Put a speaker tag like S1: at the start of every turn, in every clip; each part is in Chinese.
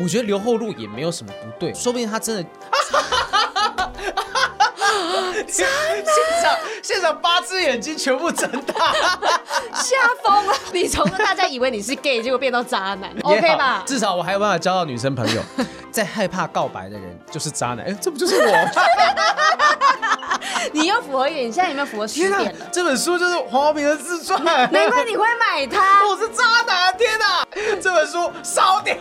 S1: 我觉得留后路也没有什么不对，说不定他真 的。 现场现场八只眼睛全部睁大
S2: 吓疯了！你从大家以为你是 gay，结果变到渣 男，OK
S1: 也好
S2: 吧？
S1: 至少我还有办法交到女生朋友。 在害怕告白的人就是渣男，哎、这不就是我 吗？
S2: 你又符合一点，你现在有没有符合十
S1: 天啊哪
S2: 点了？
S1: 这本书就是黄浩平的自传。
S2: 难怪你会买它。
S1: 我哦是渣男，天哪！这本书烧掉。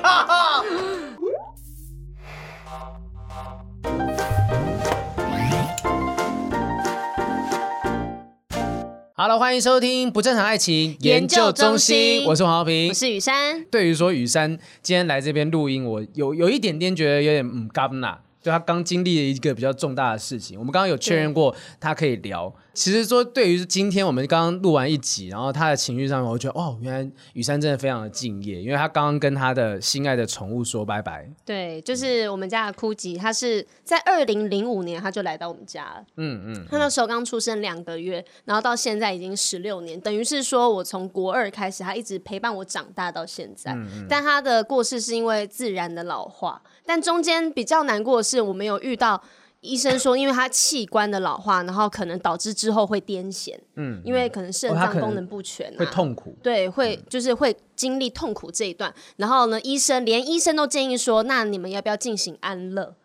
S1: 好了，欢迎收听不正常爱情研究中
S2: 研究中
S1: 心，
S2: 心
S1: 我是黄浩平
S2: 我。是雨珊，
S1: 对于说雨珊今天来这边录音，我有有一点点觉得有点嗯干啦，就她刚经历了一个比较重大的事情，我们刚刚有确认过
S2: 嗯
S1: 她可以聊。其实说对于今天我们刚刚录完一集，然后她的情绪上面，我觉得哦，原来雨珊真的非常的敬业，因为她刚刚跟她的心爱的宠物说拜拜。
S2: 对，
S1: 嗯
S2: 就是我们家的酷吉，他是在二零零五年他就来到我们家了。
S1: 嗯嗯，
S2: 他那时候刚出生两个月，然后到现在已经十六年，等于是说我从国二开始，他一直陪伴我长大到现在。
S1: 嗯
S2: 但他的过世是因为自然的老化，但中间比较难过的是，我没有遇到。医生说，因为他器官的老化，然后可能导致之后会癫痫，嗯，因为可能肾
S1: 哦他
S2: 脏
S1: 可能
S2: 功能不全、啊
S1: 会痛苦。
S2: 对，
S1: 嗯
S2: 会就是会经历痛苦这一段。然后呢，医生连医生都建议说，那你们要不要进行安乐？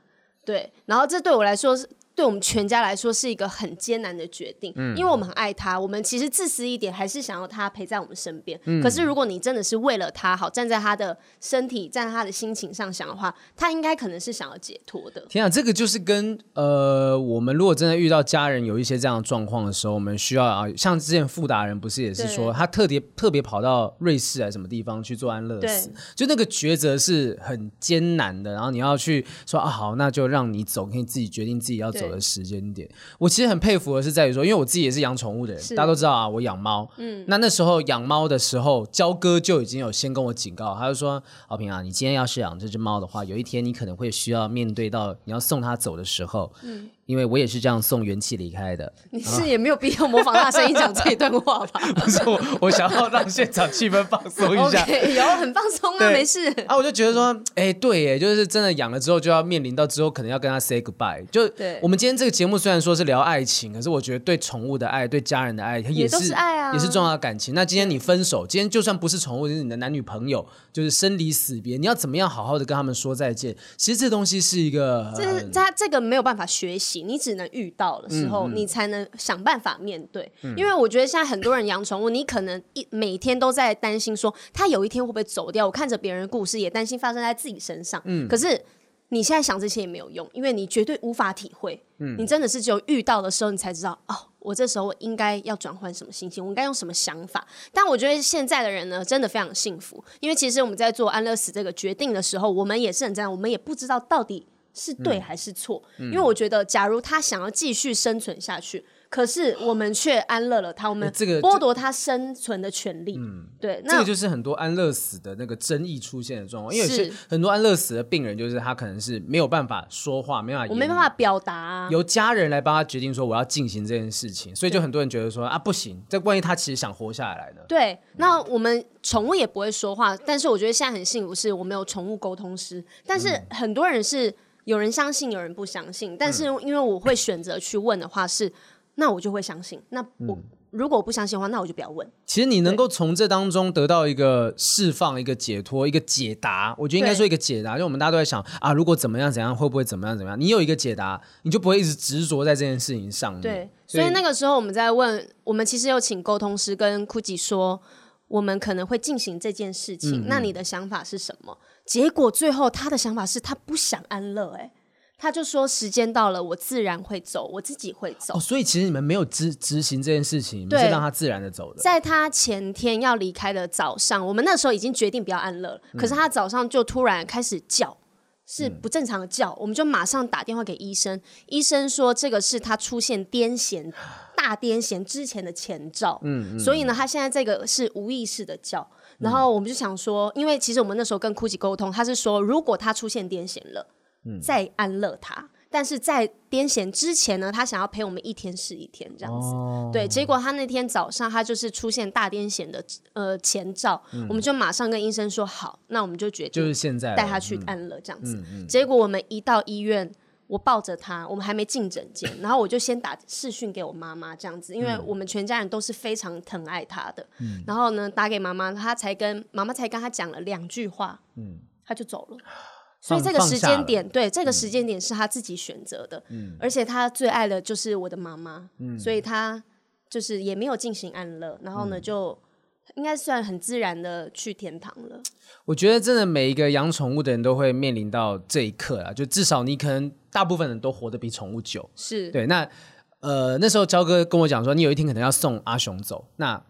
S2: 对，然后这对我来说是。对我们全家来说是一个很艰难的决定，
S1: 嗯
S2: 因为我们很爱他，我们其实自私一点，还是想要他陪在我们身边。
S1: 嗯
S2: 可是如果你真的是为了他好，站在他的身体、站在他的心情上想的话，他应该可能是想要解脱的。
S1: 天啊，这个就是跟呃，我们如果真的遇到家人有一些这样的状况的时候，我们需要啊，像之前富达人不是也是说，
S2: 对
S1: 他特别特别跑到瑞士还是什么地方去做安乐死
S2: 对，
S1: 就那个抉择是很艰难的，然后你要去说啊，好，那就让你走，可以自己决定自己要走的
S2: 对
S1: 时间点。我其实很佩服的是在于说，因为我自己也是养宠物的人，
S2: 是
S1: 大家都知道啊，我养猫，嗯，那那时候养猫的时候，焦哥就已经有先跟我警告，他就说，好平啊，你今天要是养这只猫的话，有一天你可能会需要面对到你要送它走的时候，嗯，因为我也是这样送元气离开 的，
S2: 你是也没有必要模仿他的声音讲这一段 话吧
S1: 不是我，我想要让现场气氛放松一下。
S2: ？OK，有很放松啊，
S1: 对
S2: 没事。
S1: 啊，我就觉得说，哎、对，哎，就是真的养了之后，就要面临到之后可能要跟他 say goodbye。就
S2: 对
S1: 我们今天这个节目虽然说是聊爱情，可是我觉得对宠物的爱、对家人的爱也是
S2: 都是爱啊
S1: 也是重要的感情。那今天你分手，今天就算不是宠物，就是你的男女朋友，就是生离死别，你要怎么样好好的跟他们说再见？其实这东西是一个，呃
S2: 这是他这个没有办法学习，你只能遇到的时候，你才能想办法面对。因为我觉得现在很多人养宠物，你可能一每天都在担心说，它有一天会不会走掉。我看着别人的故事，也担心发生在自己身上。可是你现在想这些也没有用，因为你绝对无法体会。
S1: 嗯
S2: 你真的是只有遇到的时候，你才知道哦，我这时候应该要转换什么心情，我应该用什么想法。但我觉得现在的人呢，真的非常幸福，因为其实我们在做安乐死这个决定的时候，我们也是很这样，我们也不知道到底是对
S1: 嗯
S2: 还是错。因为我觉得，假如他想要继续生存下去，可是我们却安乐了他，我们
S1: 这个
S2: 剥夺他生存的权利。对，
S1: 这
S2: 那
S1: 个就是很多安乐死的那个争议出现的状况，因为有
S2: 是
S1: 些很多安乐死的病人，就是他可能是没有办法说话，没办法
S2: 我
S1: 言语，
S2: 没办法表达、啊。
S1: 由家人来帮他决定说我要进行这件事情，所以就很多人觉得说啊不行，这万一他其实想活下来呢？
S2: 对，那我们宠物也不会说话，但是我觉得现在很幸福，是我们有宠物沟通师。但是很多人是有人相信，有人不相信。但是因为我会选择去问的话是，那我就会相信。那我、如果我不相信的话，那我就不要问。
S1: 其实你能够从这当中得到一个释放、一个解脱、一个解答，我觉得应该
S2: 对
S1: 说一个解答，就我们大家都在想啊，如果怎么样怎样，会不会怎么样怎么样？你有一个解答，你就不会一直执着在这件事情上面。
S2: 对，嗯所以那个时候我们在问，我们其实有请沟通师跟酷吉说，我们可能会进行这件事情，那你的想法是什么？结果最后他的想法是他不想安乐、欸，他就说时间到了，我自然会走，我自己会走
S1: 哦，。所以其实你们没有执执行这件事情，你们是
S2: 对
S1: 让它自然的走的。
S2: 在他前天要离开的早上，我们那时候已经决定不要安乐了，可是他早上就突然开始叫。是不正常的叫，我们就马上打电话给医生。医生说这个是他出现癫痫、大癫痫之前的前兆。所以呢，他现在这个是无意识的叫。然后我们就想说，因为其实我们那时候跟 g u c c i 沟通，他是说如果他出现癫痫了，再安乐他。但是在癫痫之前呢，他想要陪我们一天是一天这样子。
S1: 哦，
S2: 对，结果他那天早上他就是出现大癫痫的呃前兆，我们就马上跟医生说好，那我们就决定
S1: 就是现在了嗯
S2: 带他去安乐这样子。结果我们一到医院，我抱着他，我们还没进诊 间，然后我就先打视讯给我妈妈这样子，因为我们全家人都是非常疼爱他的。
S1: 嗯
S2: 然后呢，打给妈妈，她才跟妈妈才跟他讲了两句话，
S1: 嗯
S2: 他就走了。
S1: 放
S2: 所以这个时
S1: 放下
S2: 间
S1: 了嗯
S2: 点，对这个时间点是他自己选择的，而且他最爱的就是我的妈妈，
S1: 嗯
S2: 所以他就是也没有进行安乐，然后呢、
S1: 嗯
S2: 就应该算很自然的去天堂了。
S1: 我觉得真的每一个养宠物的人都会面临到这一刻啊，就至少你可能大部分人都活得比宠物久。
S2: 是，
S1: 对，那呃那时候焦哥跟我讲说，你有一天可能要送阿雄走，那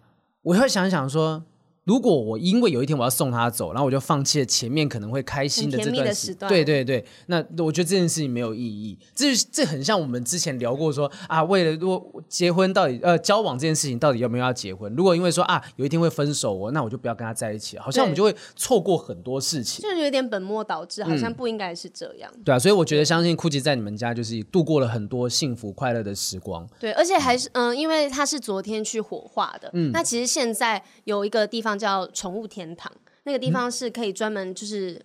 S1: 我会想一想说。如果我因为有一天我要送他走，然后我就放弃了前面可能会开心的
S2: 很
S1: 这
S2: 甜蜜
S1: 段
S2: 的
S1: 时
S2: 时段
S1: 对对对，那我觉得这件事情没有意义。这这很像我们之前聊过说啊，为了如果结婚到底呃交往这件事情到底要不要结婚？如果因为说啊有一天会分手哦，那我就不要跟他在一起，好像我们
S2: 对
S1: 就会错过很多事情。
S2: 就是有点本末倒置，好像不应该是这样。
S1: 对啊，所以我觉得相信酷奇在你们家就是度过了很多幸福快乐的时光。
S2: 对，而且还是嗯、因为他是昨天去火化的，那其实现在有一个地方叫宠物天堂，那个地方是可以专门就是。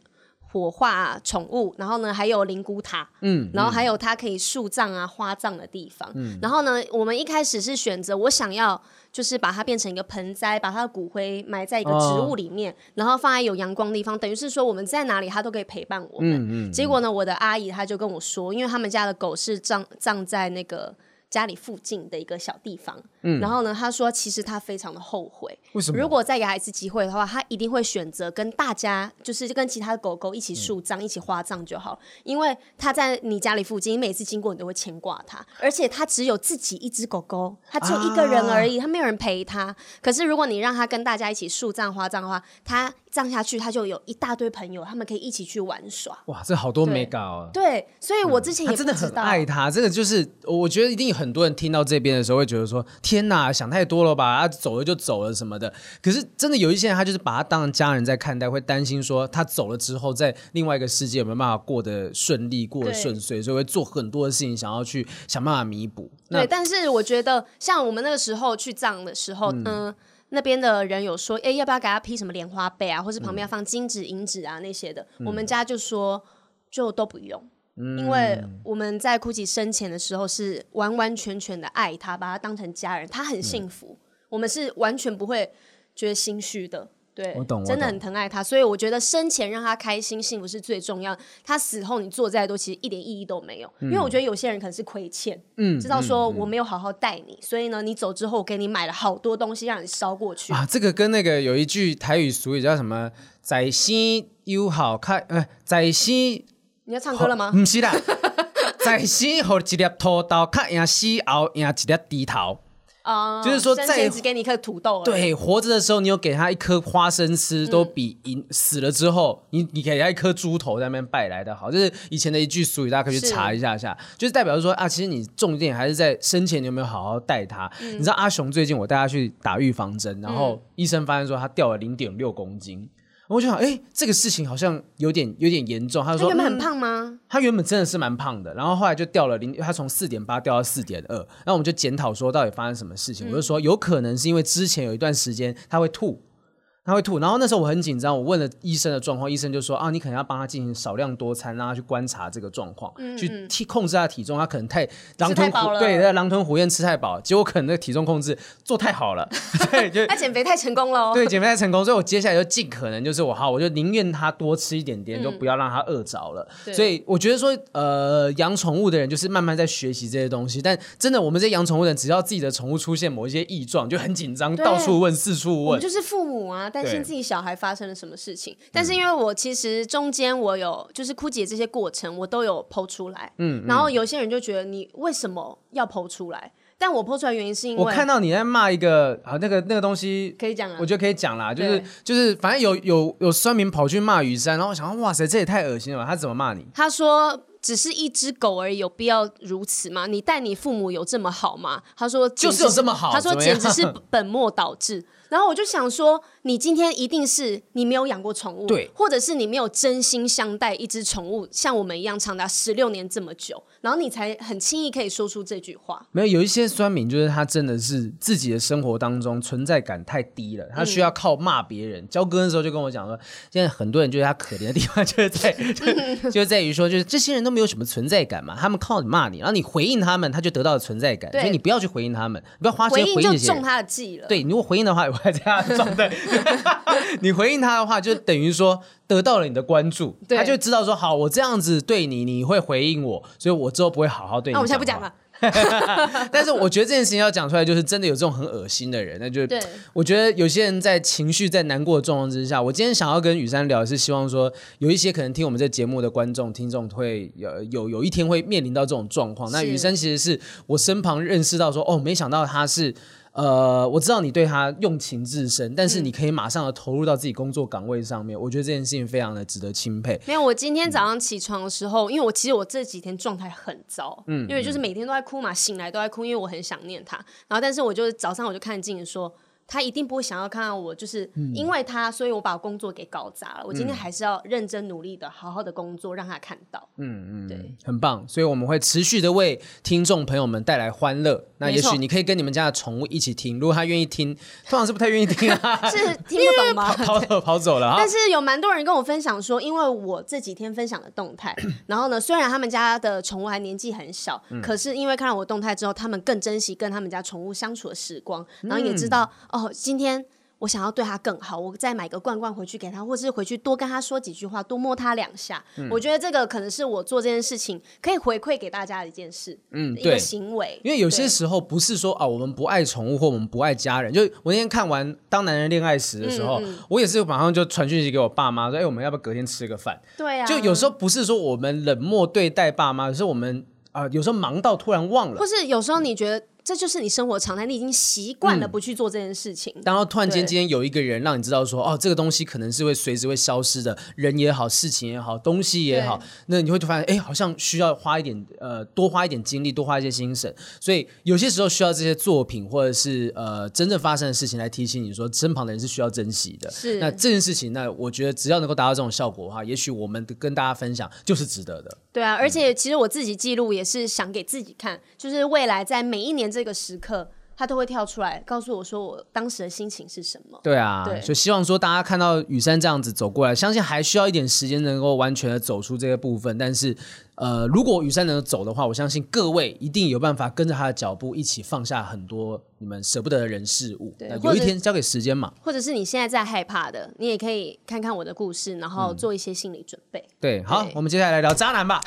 S2: 火化宠物，然后呢，还有灵骨塔，嗯，然后还有它可以树葬啊、花葬的地方，嗯，然后呢，我们一开始是选择我想要就是把它变成一个盆栽，把它的骨灰埋在一个植物里面，然后放在有阳光的地方，等于是说我们在哪里它都可以陪伴我们，结果呢，我的阿姨她就跟我说，因为他们家的狗是葬葬在那个家里附近的一个小地方，然后呢，她说其实她非常的后悔，
S1: 嗯为什么
S2: 如果再给她一次机会的话，她一定会选择跟大家，就是跟其他的狗狗一起
S1: 嗯
S2: 树葬、一起花葬就好，因为她在你家里附近，你每次经过你都会牵挂
S1: 嗯
S2: 它，而且她只有自己一只狗狗，她只有一个人而
S1: 啊
S2: 已，她没有人陪她。可是如果你让她跟大家一起树葬、花葬的话，她葬下去，她就有一大堆朋友，他们可以一起去玩耍。
S1: 哇，这好多
S2: 对
S1: mega 哦。
S2: 对，所以我之前
S1: 嗯他
S2: 也不
S1: 真的
S2: 知
S1: 很
S2: 道，
S1: 爱他，这个就是我觉得一定很多人听到这边的时候会觉得说：“天哪，想太多了吧？他走了就走了什么的。”可是真的有一些人，他就是把他当成家人在看待，会担心说他走了之后，在另外一个世界有没有办法过得顺利、过得
S2: 对
S1: 顺遂，所以会做很多的事情，想要去想办法弥补。那
S2: 对，但是我觉得像我们那个时候去葬的时候，嗯。那边的人有说，哎、要不要给他披什么莲花被啊，或是旁
S1: 嗯
S2: 边要放金纸、银纸啊那些的？我们家就说，就都不用，
S1: 嗯
S2: 因为我们在哭 i 生前的时候是完完全全的爱他，把他当成家人，他
S1: 嗯
S2: 很幸福，我们是完全不会觉得心虚的。对，
S1: 我懂我
S2: 真的
S1: 懂
S2: 很疼爱他，所以我觉得生前让他开心、幸福是最重要的。他死后你做再多，其实一点意义都没有，
S1: 嗯
S2: 因为我觉得有些人可能是亏欠，嗯，知道说我没有好好待你，所以呢，你走之后我给你买了好多东西让你烧过去，
S1: 啊，这个跟那个有一句台语俗语叫什么“在心有好看”，呃，在心
S2: 你要唱歌了吗？
S1: 不 是啦，在心和一粒土豆看赢西熬赢一粒低头。
S2: 啊、
S1: 就是说
S2: 生
S1: 再
S2: 前只给你一颗土豆，，
S1: 对，活着的时候你有给他一颗花生吃，都比赢死了之后你你给他一颗猪头在那边拜来的好。这是以前的一句俗语，大家可以去
S2: 是
S1: 查一下下，就是代表说啊，其实你重点还是在生前你有没有好好带他。
S2: 嗯
S1: 你知道阿雄最近我带他去打预防针，然后医生发现说他掉了零点六公斤。我就想，哎、这个事情好像有点有点严重。他就
S2: 他
S1: 说，
S2: 原本
S1: 嗯
S2: 很胖吗？
S1: 他原本真的是蛮胖的，然后后来就掉了零，他从四点八掉到四点二，然后我们就检讨说到底发生什么事
S2: 嗯
S1: 情。我就说有可能是因为之前有一段时间他会吐，他会吐，然后那时候我很紧张，我问了医生的状况，医生就说啊，你可能要帮他进行少量多餐，让他去观察这个状况，去替控制他的体重，他可能太狼吞
S2: 嗯太饱
S1: 虎
S2: 了
S1: 对，在狼吞虎咽吃太饱，结果可能那个体重控制做太好了， 对，就
S2: 他减肥太成功了哦，
S1: 对，减肥太成功，所以我接下来就尽可能就是我好，我就宁愿他多吃一点点，就不要让他饿着了。
S2: 嗯对
S1: 所以我觉得说，呃，养宠物的人就是慢慢在学习这些东西。但真的，我们这些养宠物的人，只要自己的宠物出现某一些异状，就很紧张，
S2: 对
S1: 到处问，四处
S2: 我们
S1: 问。
S2: 就是父母啊，担
S1: 对嗯
S2: 心自己小孩发生了什么事情。但是因为我其实中间我有就是枯竭这些过程，我都有剖出来。嗯，然后有些人就觉得你为什么要剖出来？但我剖出来原因是因为
S1: 我看到你在骂一个啊，那个那个东西，
S2: 可以讲啊
S1: 我，觉得可以讲啦，就是
S2: 对
S1: 就是，反正有有有酸民跑去骂雨山，然后我想，哇塞，这也太恶心了吧！他怎么骂你？
S2: 他说只是一只狗而已，有必要如此吗？你待你父母有这么好吗？”他说：“
S1: 就是
S2: 简直
S1: 有这么好
S2: 他说：“
S1: 怎么
S2: 简
S1: 样
S2: 直是本末倒置。”然后我就想说，你今天一定是你没有养过宠物，
S1: 对
S2: 或者是你没有真心相待一只宠物，像我们一样长达十六年这么久，然后你才很轻易可以说出这句话。
S1: 没有，有一些酸民就是他真的是自己的生活当中存在感太低了，
S2: 嗯
S1: 他需要靠骂别人。焦哥那时候就跟我讲说，现在很多人觉得他可怜的地方 就是在就就在于说，就是这些人都没有什么存在感嘛，他们靠你骂你，然后你回应他们，他就得到了存在感，
S2: 对
S1: 所以你不要去回应他们，你不要花
S2: 回
S1: 钱
S2: 应
S1: 应
S2: 就
S1: 这些
S2: 中
S1: 人。
S2: 他的计了。
S1: 对，你如果回应的话，我还在他的状 态。你回应他的话，就等于说得到了你的关注，
S2: 对
S1: 他就知道说好，我这样子对你，你会回应我，所以我之后不会好好对你。
S2: 那我现在不讲
S1: 话
S2: 了。
S1: 但是我觉得这件事情要讲出来，就是真的有这种很恶心的人，那就
S2: 对
S1: 我觉得有些人在情绪在难过的状况之下，我今天想要跟雨珊聊，是希望说有一些可能听我们这节目的观众听众会有有有一天会面临到这种状况。那
S2: 是
S1: 雨珊其实是我身旁认识到说，哦，没想到他是。呃，我知道你对他用情至深，但
S2: 嗯
S1: 是你可以马上的投入到自己工作岗位上面，我觉得这件事情非常的值得钦佩。
S2: 没有，我今天早上起床的时候，因为我其实我这几天状态很糟，因为就是每天都在哭嘛，醒来都在哭，因为我很想念他。然后，但是我就是早上我就看镜子说，他一定不会想要看到我，就是因为他，所以我把工作给搞砸了。我今天还是要认真努力的，好好的工作，让他看到。嗯嗯，对，
S1: 很棒，所以我们会持续的为听众朋友们带来欢乐。那也
S2: 没错
S1: 许你可以跟你们家的宠物一起听，如果它愿意 听，通常是不太愿意听啊，
S2: 是听不懂 吗？
S1: 跑走跑走了啊
S2: 但。是有蛮多人跟我分享说，因为我这几天分享的动态，然后呢，虽然他们家的宠物还年纪很小，
S1: 嗯
S2: 可是因为看到我动态之后，他们更珍惜跟他们家宠物相处的时光，然后也知道、
S1: 嗯
S2: 哦，今天。我想要对它更好，我再买个罐罐回去给它，或是回去多跟它说几句话，多摸它两下。
S1: 嗯
S2: 我觉得这个可能是我做这件事情可以回馈给大家的一件事，
S1: 嗯
S2: 一
S1: 对
S2: 个行为。
S1: 因为有
S2: 对
S1: 些时候不是说啊，我们不爱宠物或我们不爱家人。就我那天看完《当男人恋爱时》的时
S2: 嗯
S1: 候，我也是马上就传讯息给我爸妈说，哎，我们要不要隔天吃个饭？
S2: 对啊，
S1: 就有时候不是说我们冷漠对待爸妈，而是我们啊、有时候忙到突然忘了
S2: 或。是有时候你觉得这就是你生活常态，你已经习
S1: 嗯
S2: 惯了不去做这件事情。
S1: 然后突然间，
S2: 对
S1: 今天有一个人让你知道说，哦，这个东西可能是会随时会消失的，人也好，事情也好，东西也好
S2: 对，
S1: 那你会发现，哎，好像需要花一点，呃，多花一点精力，多花一些心神。所以有些时候需要这些作品或者是呃真正发生的事情来提醒你说，身旁的人是需要珍惜的。
S2: 是
S1: 那这件事情，那我觉得只要能够达到这种效果的话，也许我们跟大家分享就是值得的。
S2: 对啊，而且其实我自己记录也是想给自己看，就是未来在每一年这个时刻，他都会跳出来告诉我说我当时的心情是什么。
S1: 对啊，
S2: 对
S1: 就希望说大家看到雨山这样子走过来，相信还需要一点时间能够完全的走出这个部分。但是，呃，如果雨山能够走的话，我相信各位一定有办法跟着他的脚步，一起放下很多你们舍不得的人事物。
S2: 对
S1: 那
S2: 或
S1: 有
S2: 者
S1: 一天交给时间嘛，
S2: 或者是你现在在害怕的，你也可以看看我的故事，
S1: 嗯
S2: 然后做一些心理准备。
S1: 对，好，
S2: 对
S1: 我们接下来来聊渣男吧。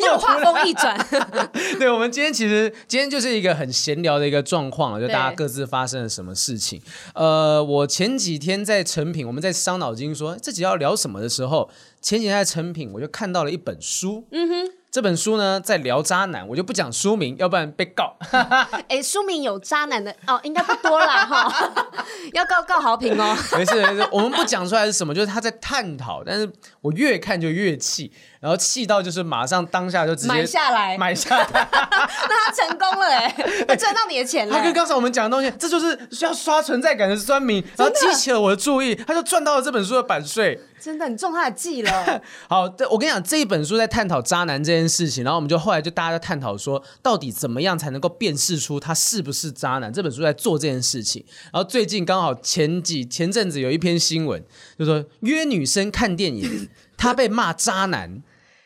S2: 因为我话锋一转，
S1: 对，我们今天其实今天就是一个很闲聊的一个状况了，啊就
S2: 对
S1: 大家各自发生了什么事情。呃，我前几天在成品，我们在伤脑筋说这集要聊什么的时候，前几天在成品我就看到了一本书，嗯哼，这本书呢在聊渣男，我就不讲书名，要不然被告。
S2: 哎，书名有渣男的哦，应该不多啦哈， 要告告好评哦。
S1: 没事没事，我们不讲出来是什么，就是他在探讨，但是我越看就越气，然后气到就是马上当下就直接
S2: 买下来，
S1: 买下来。
S2: 那他成功了哎、 他赚到你的钱了、
S1: 他跟刚才我们讲的东西，这就是需要刷存在感的酸民，然后激起了我的注意，他就赚到了这本书的版税。
S2: 哎真的，你中他的计 了。哦
S1: 好，这我跟你讲，这一本书在探讨渣男这件事情，然后我们就后来就大家在探讨说，到底怎么样才能够辨识出他是不是渣男？这本书在做这件事情。然后最近刚好前几前阵子有一篇新闻，就说约女生看电影，他被骂渣男。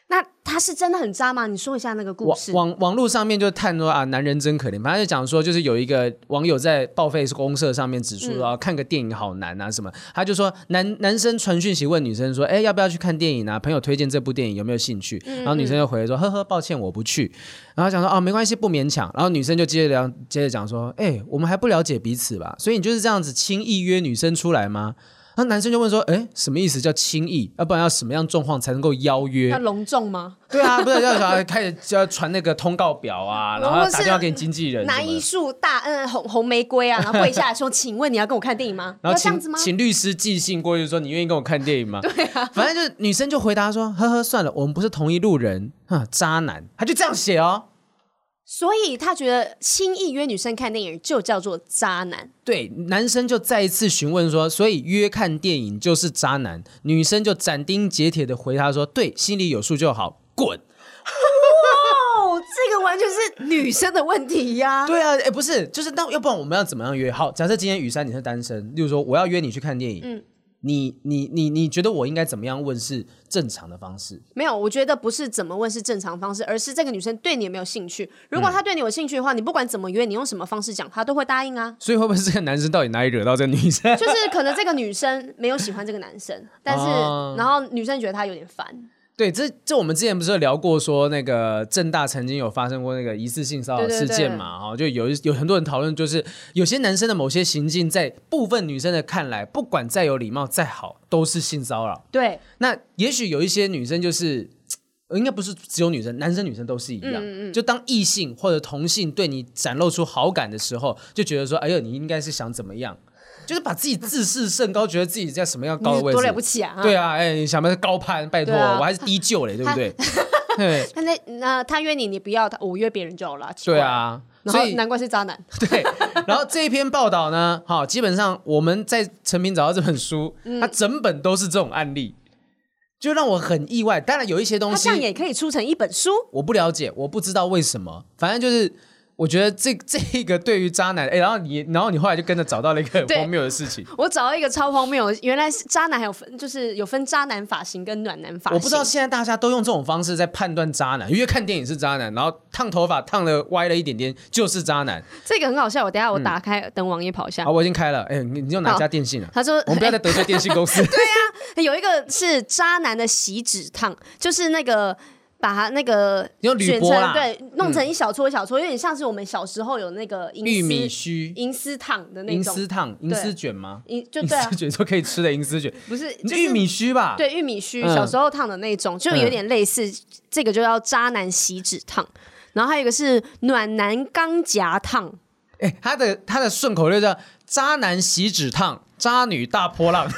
S2: 那他是真的很渣吗？你说一下那个故
S1: 网
S2: 事。
S1: 网网络上面就探说啊，男人真可怜。反正就讲说，就是有一个网友在报废公社上面指出啊，看个电影好难啊什么。他就说男男生传讯息问女生说，哎，要不要去看电影啊？朋友推荐这部电影有没有兴趣？然后女生就回说，呵呵，抱歉我不去。然后讲说哦，没关系，不勉强。然后女生就接着聊，接着讲说，哎，我们还不了解彼此吧？所以你就是这样子轻易约女生出来吗？那男生就问说，哎，什么意思叫轻易？要不然要什么样状况才能够邀约？
S2: 要隆重吗？
S1: 对啊，不是要小孩开始就要传那个通告表 啊，然后要打电话给你经纪人什么
S2: 拿一
S1: 的，
S2: 束大嗯红红玫瑰啊，然后跪下来说：“请问你要跟我看电影吗？”
S1: 然
S2: 要
S1: 后
S2: 这样
S1: 请
S2: 子吗？
S1: 请律师寄信过去说你愿意跟我看电 影吗？对啊，反正就是女生就回答说，呵呵，算了，我们不是同一路人，哼，渣男，他就这样写哦。
S2: 所以他觉得轻易约女生看电影就叫做渣男。
S1: 对，男生就再一次询问说，所以约看电影就是渣男？女生就斩钉截铁的回答说，对，心里有数就好，滚。
S2: 哦，这个完全是女生的问题 呀、
S1: 对啊，哎，不是，就是那要不然我们要怎么样约？好，假设今天雨珊你是单身，例如说我要约你去看电影，
S2: 嗯
S1: 你你你你觉得我应该怎么样问是正常的方式？
S2: 没有，我觉得不是怎么问是正常方式，而是这个女生对你有没有兴趣。如果她对你有兴趣的话，你不管怎么约，你用什么方式讲，她都会答 应啊。
S1: 所以会不会是这个男生到底哪里惹到这个女生？
S2: 就是可能这个女生没有喜欢这个男生，但是、
S1: 哦
S2: 然后女生觉得他有点烦，
S1: 对，这这我们之前不是有聊过说那个正大曾经有发生过那个疑似性骚扰
S2: 对对
S1: 事件
S2: 对
S1: 嘛？哈，就有一有很多人讨论，就是有些男生的某些行径，在部分女生的看来，不管再有礼貌再好，都是性骚扰。
S2: 对，
S1: 那也许有一些女生就是。呃应该不是只有女生，男生女生都是一样。
S2: 嗯
S1: 就当异性或者同性对你展露出好感的时候，就觉得说：“哎呦，你应该是想怎么样？”就是把自己自视甚高，觉得自己在什么样高
S2: 你
S1: 的位置，
S2: 多了不起啊。
S1: 对啊，哎、你想不想高攀？拜托，
S2: 对啊
S1: 我还是低就嘞，对不对？ 对
S2: 他那那他约你，你不要他，我约别人就好了。奇怪
S1: 对，啊，
S2: 然
S1: 所
S2: 后
S1: 以哦
S2: 难怪是渣男。
S1: 对，然后这一篇报道呢，好，基本上我们在成品找到这本书，
S2: 嗯
S1: 它整本都是这种案例，就让我很意外。当然有一些东
S2: 他
S1: 西
S2: 这样也可以出成一本书，
S1: 我不了解，我不知道为什么，反正就是。我觉得这 这个对于渣男，哎，然后你，然后你后来就跟着找到了一个很
S2: 对
S1: 荒谬的事情，
S2: 我找到一个超荒谬的，原来是渣男还有分，就是有分渣男发型跟暖男发型。
S1: 我不知道现在大家都用这种方式在判断渣男，因为看电影是渣男，然后烫头发烫的歪了一点点就是渣 男。
S2: 这个很好笑，我等一下我打开、等网页跑一下
S1: 嗯好，。我已经开了，哎，你你用哪家电信啊？
S2: 他说 哎
S1: 我们不要 再得罪电信公司。
S2: 有一个是渣男的锡纸烫，就是那个把它那个
S1: 用铝
S2: 卷
S1: 箔啦嗯
S2: 成对，弄成一小撮一小撮，有点像是我们小时候有那个银 丝
S1: 玉米须、
S2: 银丝烫的那
S1: 银
S2: 种
S1: 丝，烫、银丝卷吗？
S2: 银就
S1: 银
S2: 对啊
S1: 丝，卷说可以吃的银丝卷，
S2: 不是
S1: 你
S2: 就是
S1: 玉米须吧？，
S2: 对玉米须，
S1: 嗯
S2: 小时候烫的那种，就有点类似，这个就叫渣男锡纸烫。然后还有一个是暖男钢夹烫，
S1: 哎，他的他的顺口溜叫“渣男锡纸烫，渣女大波浪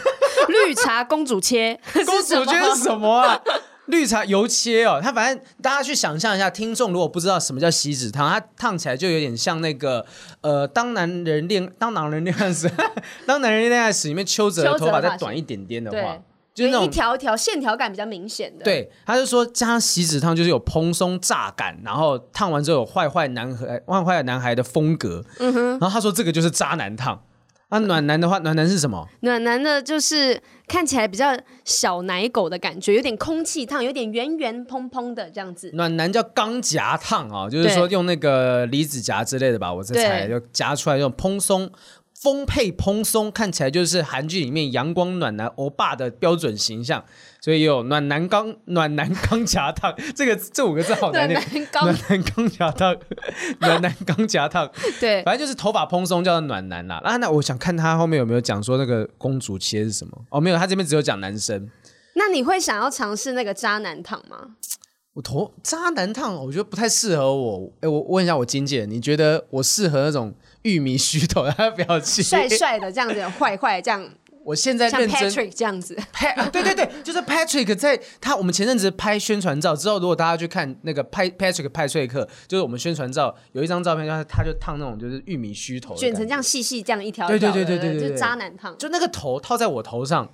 S2: 绿茶公主切，”。
S1: 公
S2: 是什
S1: 主
S2: 么
S1: 觉得是什么啊？ 绿茶油切哦，他反正大家去想象一下，听众如果不知道什么叫锡纸烫，它烫起来就有点像那个呃，当男人恋当男人恋爱时， 当男人恋爱时里面邱泽的
S2: 邱泽
S1: 头发
S2: 发
S1: 再
S2: 型
S1: 短一点点的话
S2: 对，
S1: 就是那
S2: 一
S1: 种
S2: 条一条线条感比较明显的。，
S1: 对，他就说加锡纸烫就是有蓬松炸感，然后烫完之后有坏坏男孩、坏坏男孩的风格。嗯哼，然后他说这个就是渣男烫。啊，暖男的话，暖男是什么？
S2: 暖男的就是看起来比较小奶狗的感觉，有点空气烫，有点圆圆蓬蓬的这 样子。
S1: 暖男叫钢夹烫啊、就是
S2: 对
S1: 说用那个离子夹之类的吧，我这猜就
S2: 对
S1: 夹出来那种蓬松。丰沛蓬松，看起来就是韩剧里面阳光暖男欧巴的标准形象，所以有暖男钢暖男钢夹烫， 这个这五个字好难
S2: 暖
S1: 念
S2: 男。钢
S1: 暖男钢夹烫，暖男钢夹烫，
S2: 对，
S1: 反正就是头发蓬松叫做暖男啦。啊，那我想看他后面有没有讲说那个公主切是什么？哦，没有，他这边只有讲男生。
S2: 那你会想要尝试那个渣男烫吗？
S1: 我头渣男烫，我觉得不太适合我。哎，我问一下我经纪人，你觉得我适合那种玉米须头的表情？
S2: 帅帅的这样子，坏坏这样，
S1: 我现在
S2: 像
S1: 认真
S2: Patrick 这样子。
S1: 拍，啊对对对，就是 Patrick 在他我们前阵子拍宣传照之后，如果大家去看那个拍 Patrick 派翠克，就是我们宣传照有一张照片，就是他就烫那种就是玉米须头的
S2: 卷
S1: 感
S2: 成
S1: 觉
S2: 这样细细这样一条
S1: 对
S2: 一
S1: 对
S2: 条
S1: 对
S2: 的，
S1: 对对对对
S2: 就是渣男烫，
S1: 就那个头套在我头上，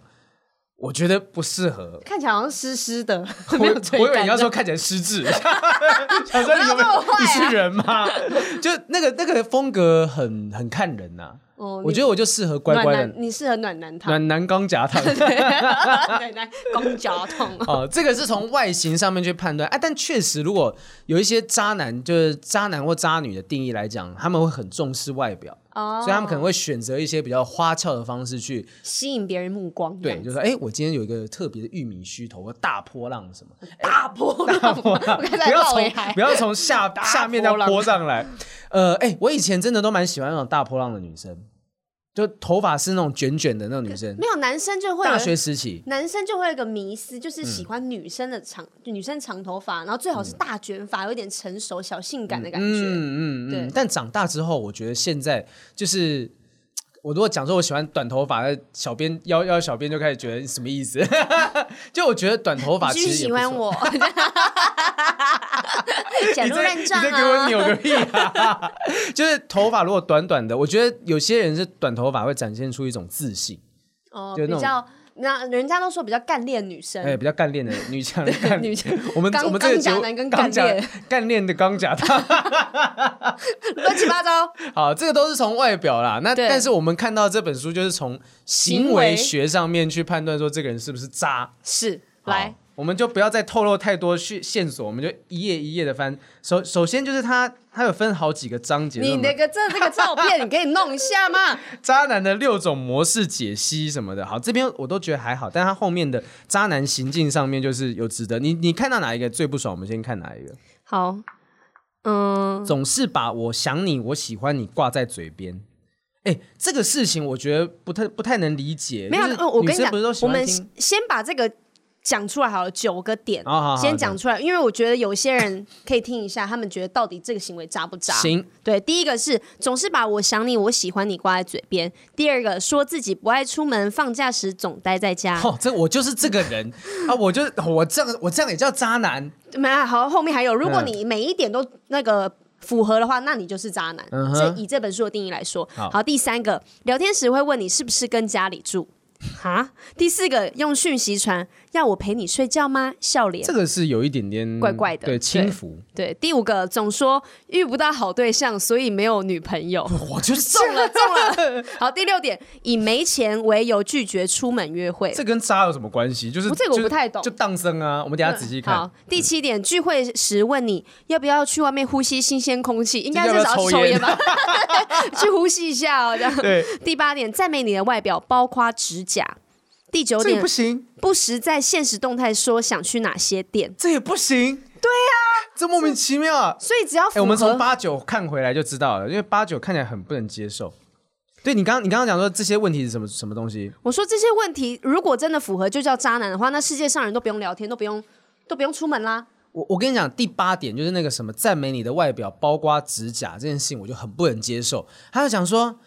S1: 我觉得不适合。
S2: 看起来好像湿湿 的，
S1: 我
S2: 没有垂
S1: 我以为
S2: 感
S1: 你要
S2: 的
S1: 说看起来失智， 想说你有没
S2: 不要这么
S1: 有
S2: 坏啊
S1: 你是人吗？ 就那个那个风格很很看人呐、
S2: 哦
S1: 我觉得我就适合乖
S2: 暖
S1: 乖
S2: 男
S1: 的，
S2: 你适合暖男烫，
S1: 暖男钢夹烫。
S2: 暖男公交烫。
S1: 哦，这个是从外形上面去判断啊，但确实，如果有一些渣男，就是渣男或渣女的定义来讲，他们会很重视外表，
S2: 哦
S1: 所以他们可能会选择一些比较花俏的方式去
S2: 吸引别人目光，
S1: 对，就是说，哎，我今天有一个特别的玉米须头，或大波浪什么，
S2: 大波浪， 我刚才
S1: 哎不要
S2: 绕回
S1: 从
S2: 来
S1: 不，要从下下面再
S2: 波浪
S1: 泼上来。呃，哎、我以前真的都蛮喜欢那种大波浪的女生，就头发是那种卷卷的那种女生
S2: 没。有男生就会有
S1: 大学嗯时期，
S2: 男生就会有一个迷思，就是喜欢女生的长、女生长头发，然后最好是大卷发，有一点成熟、小性感的感觉。
S1: 嗯嗯嗯
S2: 对
S1: 嗯，但长大之后，我觉得现在就是。我如果讲说我喜欢短头发，那小编要要小编就开始觉得什么意思？ 就我觉得短头发
S2: 你
S1: 其
S2: 继续
S1: 实也
S2: 喜
S1: 不
S2: 欢
S1: 错
S2: 我， 假
S1: 你
S2: 如
S1: 在
S2: 认
S1: 你
S2: 账
S1: 在给我
S2: 啊！
S1: 扭个屁啊！ 就是头发如果短短的，我觉得有些人是短头发会展现出一种自信，
S2: 哦，
S1: 就那
S2: 比
S1: 种
S2: 较那人家都说比较干练女生，
S1: 哎、比较干练的女强干
S2: 女强
S1: 我们
S2: 钢
S1: 我们这个
S2: 钢甲
S1: 节目
S2: 男跟
S1: 钢甲
S2: 干练
S1: 干练的钢甲大。
S2: 乱七八糟。
S1: 好，这个都是从外表啦。那
S2: 对
S1: 但是我们看到这本书，就是从行
S2: 行为
S1: 为学上面去判断说这个人是不是渣。
S2: 是，
S1: 好
S2: 来，，
S1: 我们就不要再透露太多线线索，我们就一页一页的翻。首首先就是他，他有分好几个章节，
S2: 你
S1: 那
S2: 那
S1: 种
S2: 个这这个照片，你可以弄一下吗？
S1: 渣男的六种模式解析什么的。好，这边我都觉得还好，但他后面的渣男行径上面就是有值得你你看到哪一个最不爽，我们先看哪一个。
S2: 好，嗯，
S1: 总是把我想你、我喜欢你挂在嘴边。哎，这个事情我觉得不太不太能理解。
S2: 没有，
S1: 就是
S2: 呃我
S1: 女
S2: 跟你
S1: 生
S2: 讲
S1: 不是都，喜
S2: 我
S1: 欢
S2: 们
S1: 听？哦
S2: 先把这个讲出来好了，九个点
S1: 好好好
S2: 先讲出来，因为我觉得有些人可以听一下，他们觉得到底这个行为渣不渣？
S1: 行，
S2: 对，第一个是总是把我想你、我喜欢你挂在嘴边；第二个说自己不爱出门，放假时总待在家。
S1: 哦，这我就是这个 人啊，我就我这样我这样也叫渣男。
S2: 没有好，后面还有，如
S1: 嗯
S2: 果你每一点都那个符合的话，那你就是渣男。
S1: 嗯哼
S2: 这以这本书的定义来说，
S1: 好
S2: 第三个，聊天时会问你是不是跟家里住。哈，第四个用讯息传要我陪你睡觉吗？笑脸
S1: 这。个是有一点点
S2: 怪怪的
S1: 对
S2: 对
S1: 轻浮。
S2: 对，第五个总说遇不到好对象，所以没有女 朋友。
S1: 我就是这
S2: 中
S1: 样，
S2: 了，中了。好，第六点以没钱为由拒绝出门约会。
S1: 这跟渣有什么关系？就是
S2: 我这个我
S1: 就
S2: 不太懂嗯
S1: 就荡生啊，我们等一下仔细看
S2: 好。，第七点，聚会时问你要不要去外面呼吸新鲜空气，应该
S1: 要不
S2: 是
S1: 要
S2: 找
S1: 抽
S2: 抽
S1: 烟
S2: 烟吧， 去呼吸一下哦。这样。
S1: 对，
S2: 第八点，赞美你的外表，包括指甲。第九
S1: 这也
S2: 点
S1: 不，行，
S2: 不时在现实动态说想去哪些店。
S1: 这也不行。对
S2: 啊
S1: 呀，这莫名其妙啊。
S2: 所以只要
S1: 哎、
S2: 符合，
S1: 我们从八九看回来就知道了，因为八九看起来很不能接受。对你刚你刚刚讲说这些问题是什么什么东西？
S2: 我说这些问题，如果真的符合就叫渣男的话，那世界上人都不用聊天，都不用都不用出门啦。
S1: 我我跟你讲，第八点就是那个什么赞美你的外表，包括指甲这件事情，我就很不能接受。他就讲说，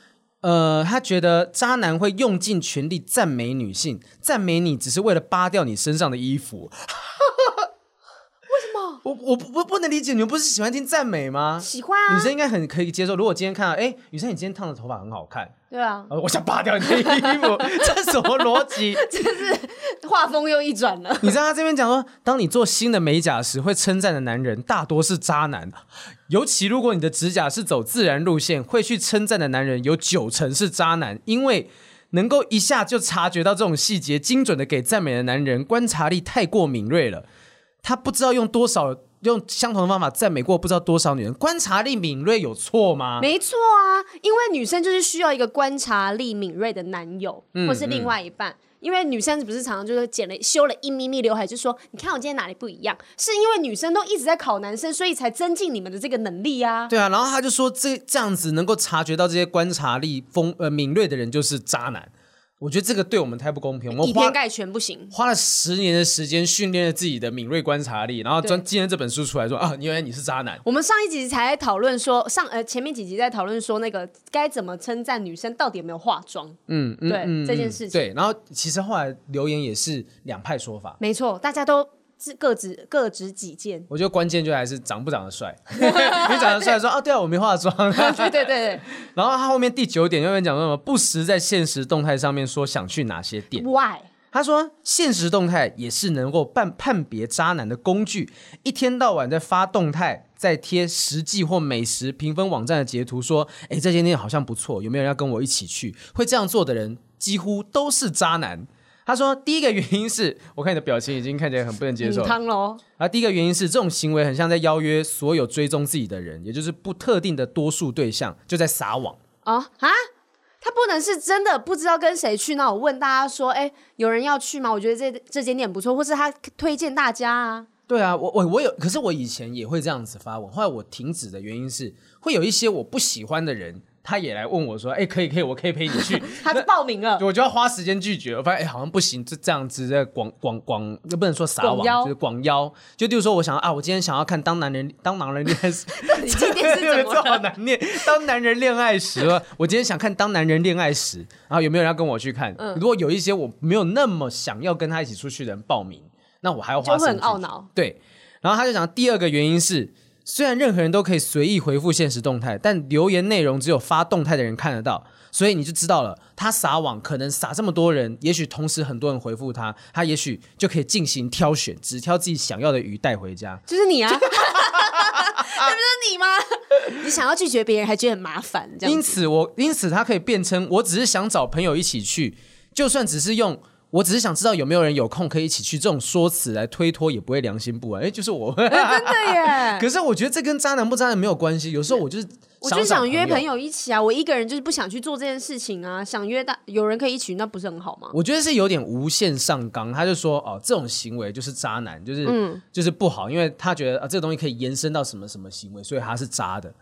S1: 呃，他觉得渣男会用尽全力赞美女性，赞美你只是为了扒掉你身上的衣服。为什 么？我我不不不能理解，你们不是喜欢听赞美吗？
S2: 喜欢啊，
S1: 女生应该很可以接受。如果今天看到，哎，女生你今天烫的头发很好看，
S2: 对啊，
S1: 呃，我想扒掉你的衣服，这什么逻辑？
S2: 画风又一转了。
S1: 你知道他这边讲说，当你做新的美甲时，会称赞的男人大多是渣男，尤其如果你的指甲是走自然路线，会去称赞的男人有九成是渣男，因为。能够一下就察觉到这种细节，精准的给赞美的男人，观察力太过敏锐了。他不知道用多少用相同的方法赞美过不知道多少女人，观察力敏锐有错吗？
S2: 没错啊，因为女生就是需要一个观察力敏锐的男友，
S1: 嗯
S2: 或是另外一半。因为女生不是常常就是剪了修了一咪咪刘海，就说你看我今天哪里不一样，是因为女生都一直在考男生，所以才增进你们的这个能力啊。
S1: 对啊，然后他就说这这样子能够察觉到这些观察力丰呃敏锐的人就是渣男，我觉得这个对我们太不公平。我
S2: 以
S1: 们花
S2: 偏概全不行，
S1: 花了十年的时间训练了自己的敏锐观察力，然后专
S2: 对
S1: 今天这本书出来说啊，原来你是渣男。
S2: 我们上一集才讨论说，上呃前面几集在讨论说那个该怎么称赞女生到底有没有化妆，
S1: 嗯，嗯
S2: 对
S1: 嗯
S2: 这件
S1: 嗯
S2: 事情
S1: 对，然后其实后来留言也是两派说法。
S2: 没错，大家都自各执各执己见
S1: 。我觉得关键就还是长不长得 帅，你长得帅说啊，对啊，我没化妆。
S2: 对对对对，
S1: 然后他后面第九点又面讲说什么，不时在现实动态上面说想去哪些店。
S2: why？
S1: 他说，现实动态也是能够判判别渣男的工具，一天到晚在发动态，在贴实际或美食评分网站的截图，说，哎，这间店好像不错，有没有人要跟我一起去？会这样做的人几乎都是渣男。他说，第一个原因是我看你的表情已经看起来很不能接
S2: 母
S1: 受了，
S2: 嗯汤喽，
S1: 而第一个原因是，这种行为很像在邀约所有追踪自己的人，也就是不特定的多数对象，就在撒网。
S2: 啊啊！他不能是真的不知道跟谁去，那我问大家说，哎、有人要去吗？我觉得这这间店不错，或是他推荐大家啊。
S1: 对啊，我我我有，可是我以前也会这样子发文，后来我停止的原因是，会有一些我不喜欢的人，他也来问我说，哎、可以可以，我可以陪你 去。
S2: 他就报名了，
S1: 我就要花时间拒绝，我发现哎、好像不行，这这样子在广广广，不能说撒
S2: 广
S1: 网，
S2: 邀
S1: 就是广邀。就例如说，我想要啊，我今天想要看《当男人当男人恋 爱时》，
S2: 你今天是怎么
S1: 这好
S2: 了？
S1: 难念？当男人恋爱时，我今天想看《当男人恋爱时》，然后有没有人要跟我去看？如果有一些我没有那么想要跟他一起出去的人报名，那我还要
S2: 就
S1: 花时
S2: 会
S1: 间
S2: 很
S1: 拒
S2: 懊
S1: 绝
S2: 恼。
S1: 对，然后他就讲第二个原因是，虽然任何人都可以随意回复现实动态，但留言内容只有发动态的人看得到，所以你就知道了，他撒网可能撒这么多人，也许同时很多人回复他，他也许就可以进行挑选，只挑自己想要的鱼带回家。
S2: 就是你 啊，那不就是你吗？你想要拒绝别人，还觉得很麻烦，这样
S1: 因
S2: 子
S1: 此我，因此他可以辩称，我只是想找朋友一起去，就算只是用。我只是想知道有没有人有空可以一起去，这种说辞来推脱也不会良心不 安。哎，就是我，
S2: 真的耶。
S1: 可是我觉得这 跟渣男不渣男没有关系，有时候我就是
S2: 我就
S1: 找
S2: 想约
S1: 朋
S2: 朋。友一起啊，我一个人就是不想去做这件事情啊。想约大有人可以一起，那不是很好吗？
S1: 我觉得是有点无限上纲，他就说哦，这种行为就是渣男，就是、
S2: 嗯
S1: 就是不好，因为他觉得啊，这个东西可以延伸到什么什么行为，所以他是渣的。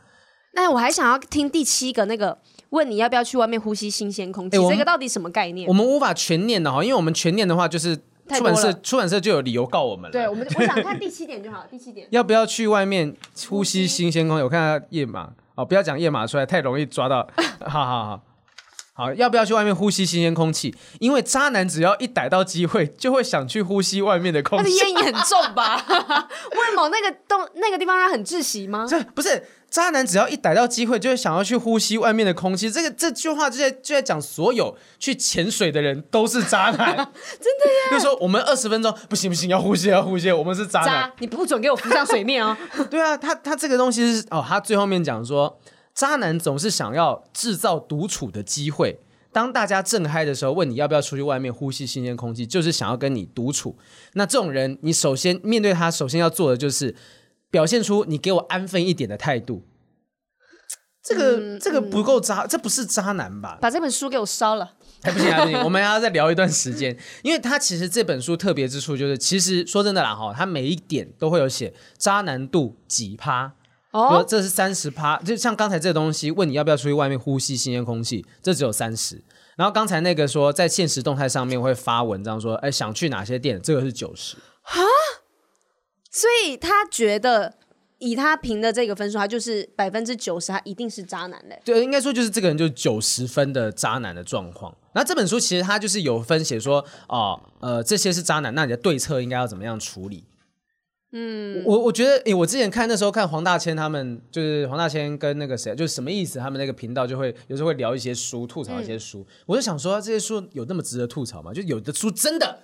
S2: 那我还想要听第七个那个，问你要不要去外面呼吸新鲜空气，
S1: 哎我们
S2: 这个到底什么概念
S1: 我？们无法全念的哈，因为我们全念的话就是
S2: 太
S1: 出版
S2: 多了
S1: 社出版社就有理由告我们了。
S2: 对，我们我想看第七点就好，第七点。
S1: 要不要去外面呼吸新鲜空气？我看到夜马哦，不要讲夜马出来，太容易抓 到。好好好。好，要不要去外面呼吸新鲜空气？因为渣男只要一逮到机会，就会想去呼吸外面的空
S2: 他的
S1: 气。
S2: 烟瘾很重 吧？为毛那个洞那个地方让他很窒息吗？
S1: 这不是渣男，只要一逮到机会，就会想要去呼吸外面的空气。这个这句话就在就在讲所有去潜水的人都是渣男， 真的呀。就说我们二十分钟不行不行，要呼吸要呼吸，我们是渣男
S2: 渣。，你不准给我浮上水面哦！
S1: 对啊，他他这个东西是哦，他最后面讲说，渣男总是想要制造独处的机会。当大家正嗨的时候，问你要不要出去外面呼吸新鲜空气，就是想要跟你独处。那这种人，你首先面对他，首先要做的就是表现出你给我安分一点的态度。这个、这个不够渣，这不是渣男吧？
S2: 把这本书给我烧了。
S1: 还不行，还不行，我们还要再聊一段时间，因为他其实这本书特别之处就是，其实说真的啦哈，他每一点都会有写渣男度几趴，说
S2: 哦，
S1: 这是三十趴，就像刚才这个东西，问你要不要出去外面呼吸新鲜空气，这只有三十。然后刚才那个说在现实动态上面会发文章说，哎，想去哪些店，这个是九十。
S2: 所以他觉得以他评的这个分数，他就是百分之九十，他一定是渣男嘞。
S1: 对，应该说就是这个人就是九十分的渣男的状况。那这本书其实它就是有分写说，哦，呃，这些是渣男，那你的对策应该要怎么样处理？嗯，我我觉得，诶，我之前看那时候看黄大千他们，就是黄大千跟那个谁，就是什么意思？他们那个频道就会有时候会聊一些书，吐槽一些书。我就想说，这些书有那么值得吐槽吗？就有的书真的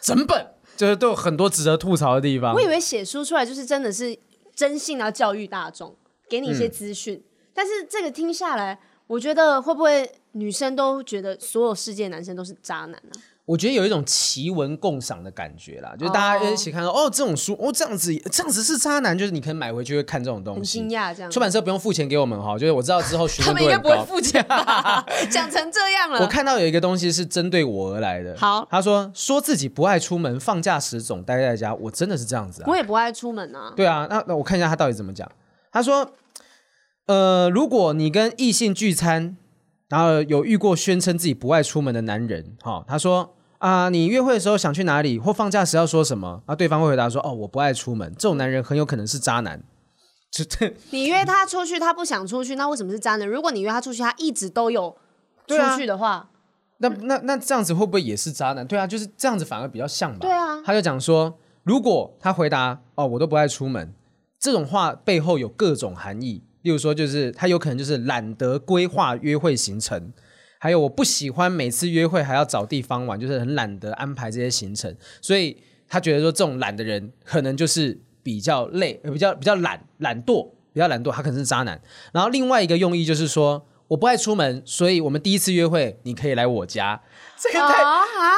S1: 整本就是都有很多值得吐槽的地方
S2: 我。以为写书出来就是真的是真心要教育大众，给你一些资讯。但是这个听下来，我觉得会不会女生都觉得所有世界男生都是渣男啊呢、
S1: 我觉得有一种奇闻共赏的感觉啦，就是大家一起看到哦这种书，哦这样子，这样子是渣男，就是你可能买回去会看这种东
S2: 很惊
S1: 西。
S2: 讶这样
S1: 出。版社不用付钱给我们哈，就是我知道之后询
S2: 他
S1: 问
S2: 们
S1: 度很
S2: 应该不会
S1: 高。
S2: 付钱吧？ 讲成这样
S1: 我
S2: 了，
S1: 看到有一个东西是针对我而来的，
S2: 好
S1: 他说说自己不爱出门，放假时总待在家，我真的是这样子啊
S2: 我，也不爱出门啊。
S1: 对啊，那那我看一下他到底怎么讲，他说，呃，如果你跟异性聚餐，然后有遇过宣称自己不爱出门的男人，哈、他说啊、你约会的时候想去哪里，或放假时要说什么，啊，对方会回答说，哦，我不爱出门，这种男人很有可能是渣男， 这这
S2: 你约他出去，他不想出去，那为什么是渣男？如果你约他出去，他一直都有
S1: 对啊
S2: 出去的话，
S1: 那那那这样子会不会也是渣男？对啊，就是这样子反而比较像吧。
S2: 对啊
S1: 他就讲说，如果他回答哦我都不爱出门，这种话背后有各种含义，例如说就是他有可能就是懒得规划约会行程。还有，我不喜欢每次约会还要找地方玩，就是很懒得安排这些行程，所以他觉得说这种懒的人可能就是比较累，呃比较比较懒懒惰，比较懒惰，他可能是渣男。然后另外一个用意就是说，我不爱出门，所以我们第一次约会你可以来我家。这个太、
S2: 啊 啊，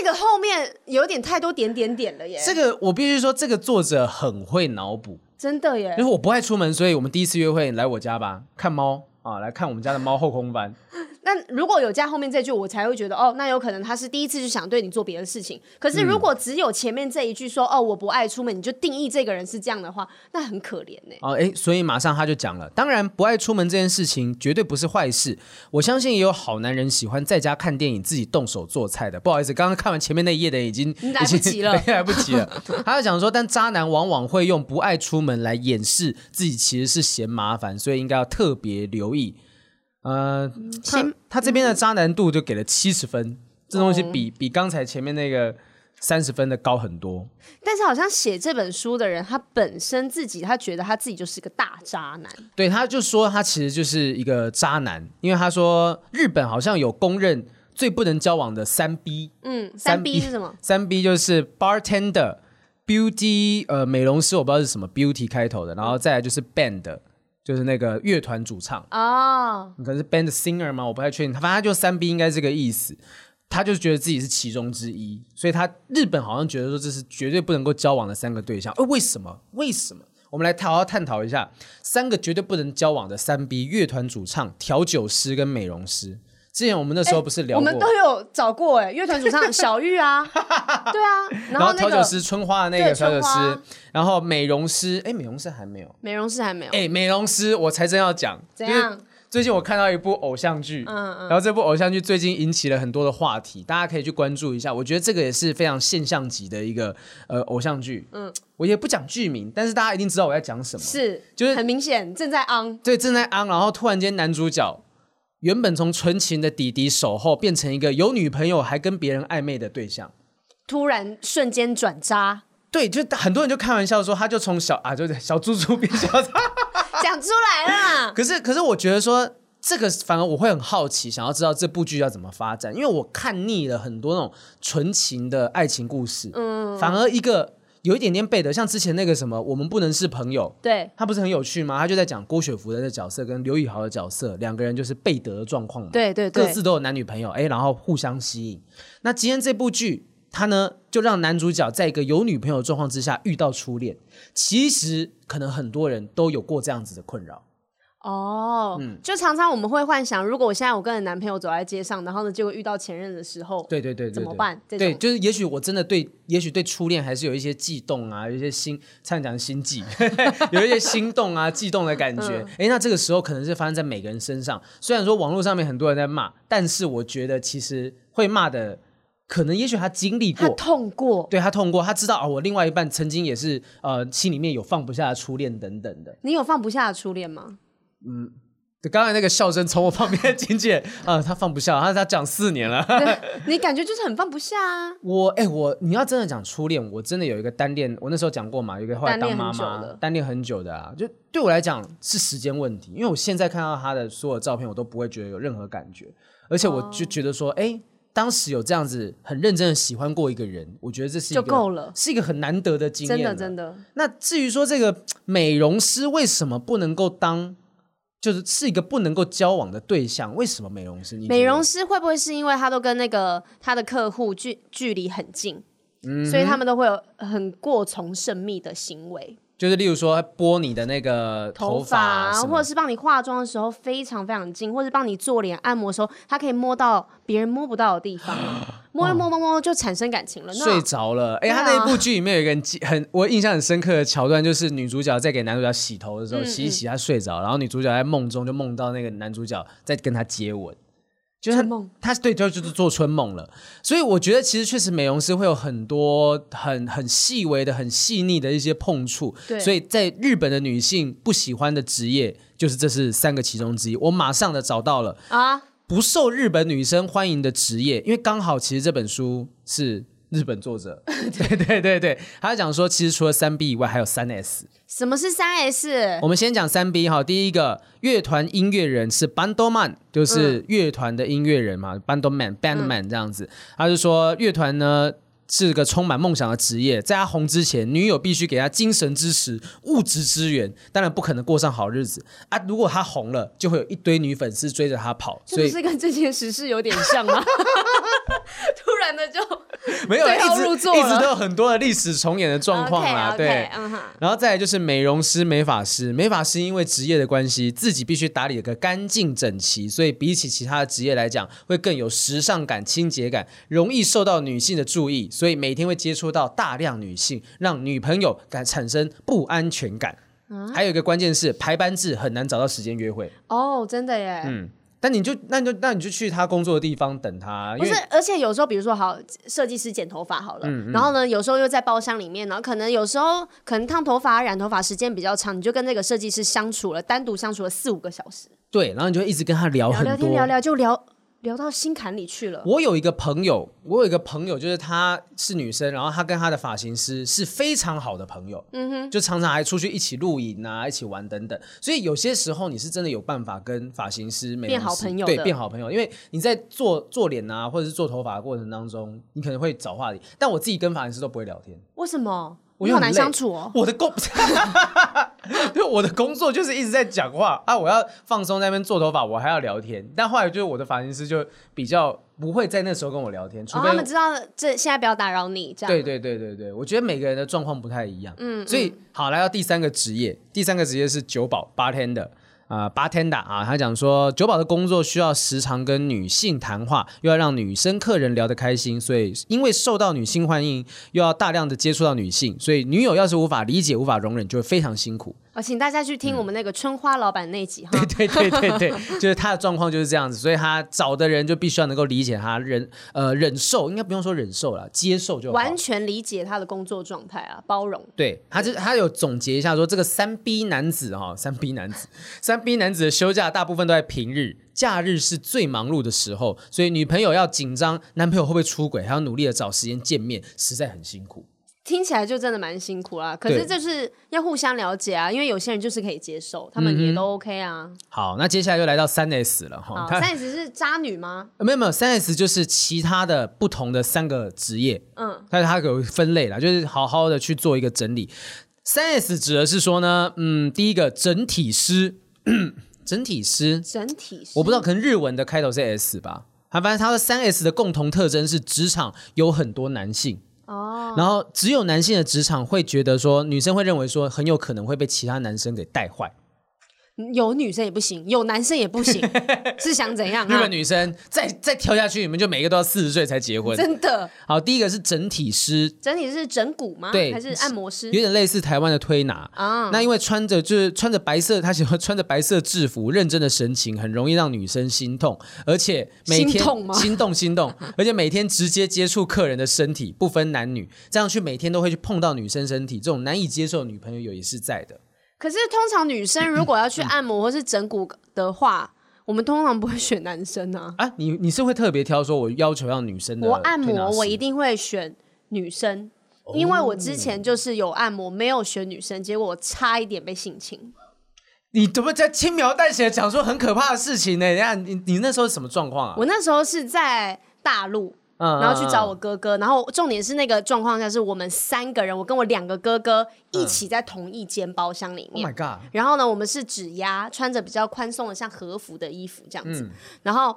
S2: 这个后面有点太多点点点了耶，
S1: 这个我必须说，这个作者很会脑补。
S2: 真的耶
S1: 因为，我不爱出门，所以我们第一次约会你来我家吧，看猫啊，来看我们家的猫后空翻。
S2: 那如果有加后面这句，我才会觉得哦，那有可能他是第一次就想对你做别的事情。可是如果只有前面这一句说、哦我不爱出门，你就定义这个人是这样的话，那很可怜呢、
S1: 哦，哎，所以马上他就讲了，当然不爱出门这件事情绝对不是坏事，我相信也有好男人喜欢在家看电影，自己动手做菜的。不好意思，刚刚看完前面那一页的已经
S2: 嗯来不及了
S1: 已经 来不及了。他就讲说，但渣男往往会用不爱出门来掩饰自己其实是嫌麻烦，所以应该要特别留意。呃，
S2: 嗯
S1: 他他这边的渣男度就给了七十分，这东西
S2: 哦
S1: 比、比刚才前面那个三十分的高很多。
S2: 但是好像写这本书的人，他本身自己他觉得他自己就是个大渣男，
S1: 对，他就说他其实就是一个渣男，因为他说日本好像有公认最不能交往的三 B，
S2: 嗯，
S1: 三
S2: 三 B 是什么？？
S1: 三 B 就是 bartender、beauty 呃美容师，我不知道是什么 beauty 开头的，然后再来就是 band，就是那个乐团主唱，
S2: 哦，
S1: 可能是 band singer 吗？我不太确定，反正他就三 B 应该这个意思。他就觉得自己是其中之一，所以他日本好像觉得说这是绝对不能够交往的三个对象。呃，为什么？为什么？我们来好好探讨一下三个绝对不能交往的三 B 乐团主唱、调酒师跟美容师。之前我们那时候不是聊
S2: 哎我
S1: 过，
S2: 们都有找过哎、乐团主唱小 玉啊，对啊，
S1: 然后
S2: 后那
S1: 调酒
S2: 个
S1: 师春花的那个
S2: 对
S1: 调酒
S2: 春花
S1: 师，然后美容师，哎，美容师还没有，
S2: 美容师还没有，
S1: 哎，美容师我才真要讲，
S2: 怎
S1: 就是
S2: 样？
S1: 最近我看到一部偶像剧，
S2: 嗯
S1: 然后这部偶像剧最近引起了很多的话题，大家可以去关注一下。我觉得这个也是非常现象级的一个呃偶像剧，嗯，我也不讲剧名，但是大家一定知道我在讲什么。
S2: 是，
S1: 就是
S2: 很明显正在 on，
S1: 对，正在昂，然后突然间男主角原本从纯情的弟弟守候，变成一个有女朋友还跟别人暧昧的对象。
S2: 突然瞬间 转渣，
S1: 对，就很多人就开玩笑说，他就从小啊，就是小猪猪变小 猪。
S2: 讲出来啦。
S1: 可是，可是我觉得说这个，反而我会很好奇，想要知道这部剧要怎么发展，因为我看腻了很多那种纯情的爱情故事，嗯，反而一个有一点点背的，像之前那个什么，我们不能是朋友。
S2: 对，
S1: 他不是很有趣吗？他就在讲郭雪芙的那角色跟刘宇豪的角色，两个人就是背德的状况嘛。
S2: 对对对
S1: 各自都有男女朋友，哎，然后互相吸引。那今天这部剧，他呢就让男主角在一个有女朋友的状况之下遇到初恋。其实可能很多人都有过这样子的困扰。
S2: 哦，
S1: 嗯
S2: 就常常我们会幻想，如果我现在我跟着男朋友走在街上，然后呢，结果遇到前任的时候，
S1: 对对对对，
S2: 怎么
S1: 对
S2: 办这
S1: 对，
S2: 种
S1: 就是也许我真的对，也许对初恋还是有一些悸动啊，有一些心，差点讲心悸， 有一些心动啊、悸动的感
S2: 嗯
S1: 觉。哎、那这个时候可能是发生在每个人身上。虽然说网络上面很多人在骂，但是我觉得其实会骂的，可能也许他经历
S2: 他
S1: 过。
S2: 痛过，
S1: 对他痛过，他知道哦，我另外一半曾经也是呃，心里面有放不下的初恋等等的。
S2: 你有放不下的初恋吗？
S1: 对刚才那个笑声从我旁边的 经纪人，呃，他放不下，他他讲四年了。
S2: 你感觉就是很放不下啊。
S1: 我哎、我你要真的讲初恋，我真的有一个单恋，我那时候讲过嘛，有一个后来当妈
S2: 单恋很久
S1: 妈
S2: 的
S1: 单恋很久的啊，就对我来讲是时间问题，因为我现在看到他的所有照片，我都不会觉得有任何感觉，而且我就
S2: 哦
S1: 觉得说，哎、当时有这样子很认真的喜欢过一个人，我觉得这是一个
S2: 就够了
S1: 是一个很难得的经验
S2: 真
S1: 了，
S2: 的真的，
S1: 那至于说这个美容师为什么不能够当，就是是一个不能够交往的对象，为什么美容师？你觉得
S2: 美容师会不会是因为他都跟那个他的客户距距离很近，
S1: 嗯
S2: 所以他们都会有很过从甚密的行为，
S1: 就是例如说拨你的那个头
S2: 发
S1: 发
S2: 啊
S1: 什么的，
S2: 或者是帮你化妆的时候非常非常近，或者帮你做脸按摩的时候，他可以摸到别人摸不到的地 方，摸一摸摸一摸就产生感情了。
S1: 睡
S2: 那
S1: 着了。哎、
S2: 对
S1: 他
S2: 啊
S1: 那一部剧里面有一个很记很我印象很深刻的桥段，就是女主角在给男主角洗头的
S2: 嗯
S1: 时候，洗一洗她睡着，然后女主角在梦中就梦到那个男主角在跟她接吻。就是他
S2: 春梦，
S1: 他对，就就是做春梦了。所以我觉得，其实确实美容师会有很多很很细微的、很细腻的一些碰触。
S2: 对
S1: 所以在日本的女性不喜欢的职业，就是这是三个其中之一。我马上的找到了，
S2: 啊，
S1: 不受日本女生欢迎的职业，因为刚好其实这本书是日本作者， 对对对对，他讲说其实除了三 B 以外还有三 S。
S2: 什么是三 S？
S1: 我们先讲三 B 哈，第一个乐团音乐人是 bandoman，就是乐团的音乐人嘛、b a n d o m a n bandman 这样子。他就说乐团呢是个充满梦想的职业，在他红之前，女友必须给他精神支持、物质支援，当然不可能过上好日子啊！如果他红了，就会有一堆女粉丝追着他跑，
S2: 这
S1: 所
S2: 不
S1: 以
S2: 是跟之前时事有点像吗？ 突然的就
S1: 没有
S2: 对
S1: 一
S2: 号
S1: 直
S2: 入座
S1: 一直
S2: 了
S1: 都有很多的历史重演的状况啦，
S2: o k o k
S1: 对。
S2: 嗯哼，
S1: 然后再来就是美容师、美发师。美发师因为职业的关系，自己必须打理得干净整齐，所以比起其他的职业来讲，会更有时尚感、清洁感，容易受到女性的注意，所以每天会接触到大量女性，让女朋友感产生不安全感。
S2: 啊
S1: 还有一个关键是排班制很难找到时间约会，
S2: 哦，真的耶，
S1: 嗯但你就那你就那你就去他工作的地方等他，因
S2: 不
S1: 为嗯
S2: 是，而且有时候，比如说好，设计师剪头发好了，然后呢，有时候又在包厢里面，然后可能有时候可能烫头发、染头发时间比较长，你就跟那个设计师相处了，单独相处了四五个小时，
S1: 对，然后你就一直跟他聊
S2: 聊
S1: 哦很
S2: 聊
S1: 多
S2: 天聊聊就聊聊到心坎里去了。
S1: 我有一个朋友，我有一个朋友，就是她是女生，然后她跟她的发型师是非常好的朋友，嗯哼，就常常还出去一起露营啊，一起玩等等。所以有些时候你是真的有办法跟发型师、美容师
S2: 变好朋友
S1: 对，
S2: 的
S1: 变好朋友，因为你在做做脸啊，或者是做头发的过程当中，你可能会找话题，但我自己跟发型师都不会聊天。
S2: 为什么？
S1: 我
S2: 你
S1: 就
S2: 好
S1: 很
S2: 难
S1: 累
S2: 相处哦。
S1: 我的工， 对，我的工作就是一直在讲话啊，我要放松在那边做头发，我还要聊天。但后来就是我的发型师就比较不会在那时候跟我聊天，除
S2: 哦，
S1: 非、
S2: 他们知道这现在不要打扰你，这样
S1: 对对对对对，我觉得每个人的状况不太一样，嗯，所以好来到第三个职业，第三个职业是酒保八天的。啊、八天的啊，他讲说酒保的工作需要时常跟女性谈话，又要让女生客人聊得开心，所以因为受到女性欢迎，又要大量的接触到女性，所以女友要是无法理解、无法容忍，就会非常辛苦。
S2: 哦，请大家去听我们那个春花老板那集哈。
S1: 对对对对，就是他的状况就是这样子，所以他找的人就必须要能够理解他忍呃忍受，应该不用说忍受了，接受就好。
S2: 完全理解他的工作状态啊，包容。
S1: 对，他就他有总结一下说，这个三 B 男子哈、三 B 男子，三 B 男子的休假大部分都在平日，假日是最忙碌的时候，所以女朋友要紧张，男朋友会不会出轨，还要努力的找时间见面，实在很辛苦。
S2: 听起来就真的蛮辛苦啦，可是
S1: 对
S2: 就是要互相了解啊，因为有些人就是可以接受，
S1: 嗯
S2: 他们也都 OK 啊。
S1: 好，那接下来就来到三 S 了哈、
S2: 好，
S1: 他
S2: 哦三 S 是渣女吗？
S1: 没有没有，三 S 就是其他的不同的三个职业，
S2: 嗯，
S1: 但是它有分类啦，就是好好的去做一个整理。三 S 指的是说呢，嗯，第一个整体师， 整体师
S2: 整体是
S1: 我不知道，可能日文的开头是 S 吧。他反正他的三 S 的共同特征是职场有很多男性，
S2: 哦，
S1: 然后只有男性的职场会觉得说，女生会认为说很有可能会被其他男生给带坏。
S2: 有女生也不行，有男生也 不行，是想怎样
S1: 日
S2: 啊
S1: 本？女生再再跳下去，你们就每个都要四十岁才结婚。
S2: 真的，
S1: 好，第一个是整体师，
S2: 整体是整骨吗？
S1: 对
S2: 还是按摩师
S1: 有？点类似台湾的推拿。
S2: 啊，
S1: 那因为穿着就是穿着白色，他喜欢穿着白色制服，认真的神情很容易让女生心痛，而且每天
S2: 心痛吗
S1: 心动心 动而且每天直接接触客人的身体，不分男女，这样去每天都会去碰到女生身体，这种难以接受的女朋友有也是在的。
S2: 可是通常女生如果要去按摩或是整骨的话，我们通常不会选男生啊。
S1: 啊，你你是会特别挑说，我要求要女生的
S2: 我按
S1: 推拿
S2: 摩
S1: 师
S2: 我一定会选女生，因为我之前就是有按摩，没有选女生，结果我差一点被性侵。
S1: 你怎么在轻描淡写地讲说很可怕的事情呢？人家你你那时候是什么状况啊？
S2: 我那时候是在大陆。
S1: 嗯
S2: 然后去找我哥哥，然后重点是那个状况下是我们三个人，我跟我两个哥哥一起在同一间包厢里
S1: ，Oh my
S2: 面。
S1: god！
S2: 然后呢，我们是指压，穿着比较宽松的像和服的衣服这样子。然后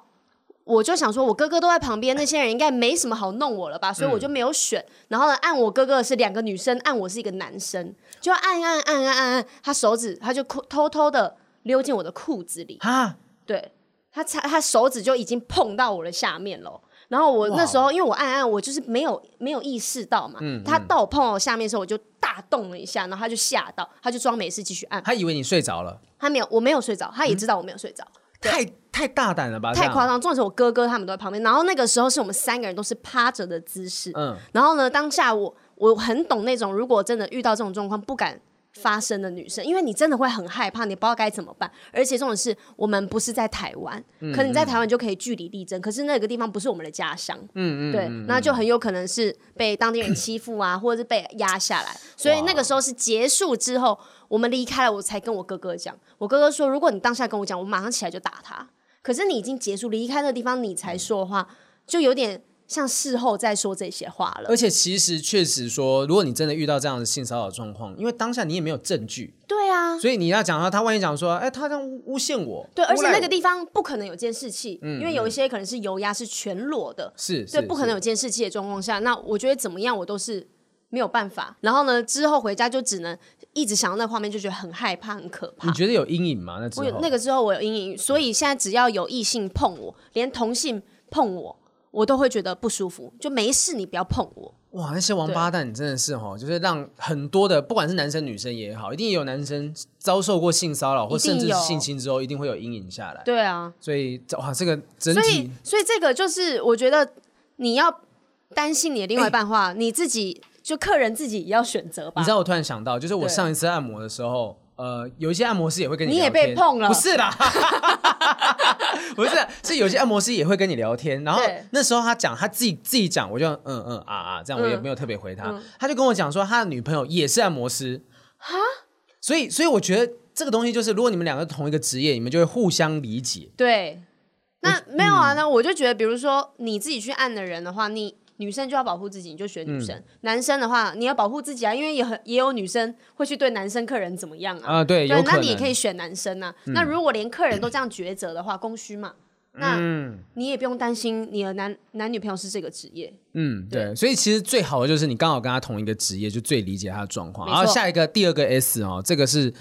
S2: 我就想说，我哥哥都在旁边，那些人应该没什么好弄我了吧，所以我就没有选。然后呢，按我哥哥的是两个女生，按我是一个男生，就按按按按按按，他手指他就哭偷偷的溜进我的裤子里，
S1: 啊，
S2: 对他擦他手指就已经碰到我的下面了。然后
S1: 哦
S2: 我那时候因为我按按，我就是没有没有意识到嘛，
S1: 嗯
S2: 他到我碰到我下面的时候，我就大动了一下，然后他就吓到，他就装没事继续按。
S1: 他以为你睡着了，
S2: 他没有，我没有睡着，他也知道我没有睡着，
S1: 太太大胆了吧？
S2: 太
S1: 嗯这样啊
S2: 夸张。重点是我哥哥他们都在旁边，然后那个时候是我们三个人都是趴着的姿势，
S1: 嗯
S2: 然后呢，当下我我很懂那种如果真的遇到这种状况不敢。发生的女生，因为你真的会很害怕，你不知道该怎么办。而且重点是我们不是在台湾，可能你在台湾就可以据理力争，可是那个地方不是我们的家乡，嗯嗯，对，那就很有可能是被当地人欺负 啊，或者是被压下来。所以那个时候是结束之后，我们离开了，我才跟我哥哥讲。我哥哥说，如果你当下跟我嗯讲，我马上起来就打他。可是你已经结束离开那个地方，你才说话，就有点像事后再说这些话了
S1: 而。且其实确实说，如果你真的遇到这样的性骚扰状况，因为当下你也没有证据，
S2: 对啊，
S1: 所以你要讲到他万一讲说，哎，他这样诬诬陷我，
S2: 对，而
S1: 诬
S2: 且
S1: 赖
S2: 那
S1: 我
S2: 个地方不可能有监视器，因为有一些可能是油压是全裸的，
S1: 是
S2: 对，
S1: 是
S2: 不可能有
S1: 是
S2: 监视器的状况下，那我觉得怎么样我都是没有办法。然后呢，之后回家就只能一直想到那画面，就觉得很害怕、很可怕
S1: 你。觉得有阴影吗？那之
S2: 我有
S1: 后
S2: 那个之后我有阴影，所以现在只要有异性碰我，连同性碰我，我都会觉得不舒服。就没事，你不要碰我。
S1: 哇，那些王八蛋真的是哈，就是让很多的不管是男生女生也好，一定有男生遭受过性骚扰或
S2: 一定
S1: 甚至是
S2: 有
S1: 性侵之后，一定会有阴影下来。
S2: 对啊，
S1: 所以这哇，这个整
S2: 所以
S1: 体
S2: 所以这个就是我觉得你要担心你的另外一半的话，你自己就客人自己也要选择吧
S1: 你知。道，我突然想到，就是我
S2: 对
S1: 上一次按摩的时候，呃，有一些按摩师也会跟
S2: 你
S1: 聊
S2: 也
S1: 天
S2: 被碰了
S1: 不是啦， 不是，是有些按摩师也会跟你聊天。然后
S2: 对
S1: 那时候他讲他自己自己讲，我就嗯嗯啊啊，这样我也没有特别回他。
S2: 嗯
S1: 他就跟我讲说，他的女朋友也是按摩师啊，所以所以我觉得这个东西就是，如果你们两个同一个职业，你们就会互相理解。
S2: 对，那没有
S1: 嗯
S2: 啊，那我就觉得，比如说你自己去按的人的话，你女生就要保护自己，你就选女生；
S1: 嗯
S2: 男生的话，你要保护自己啊，因为也很也有女生会去对男生客人怎么样啊。
S1: 啊，对，有可
S2: 那
S1: 能。嗯
S2: 你也可以选男生啊。那如果连客人都这样抉择的话，供需嘛，
S1: 嗯
S2: 那你也不用担心你的男男女朋友是这个职业。
S1: 嗯，对，所以其实最好的就是你刚好跟他同一个职业，就最理解他的状况。
S2: 没
S1: 然
S2: 错
S1: 后下一个第二个 S 哦，这个是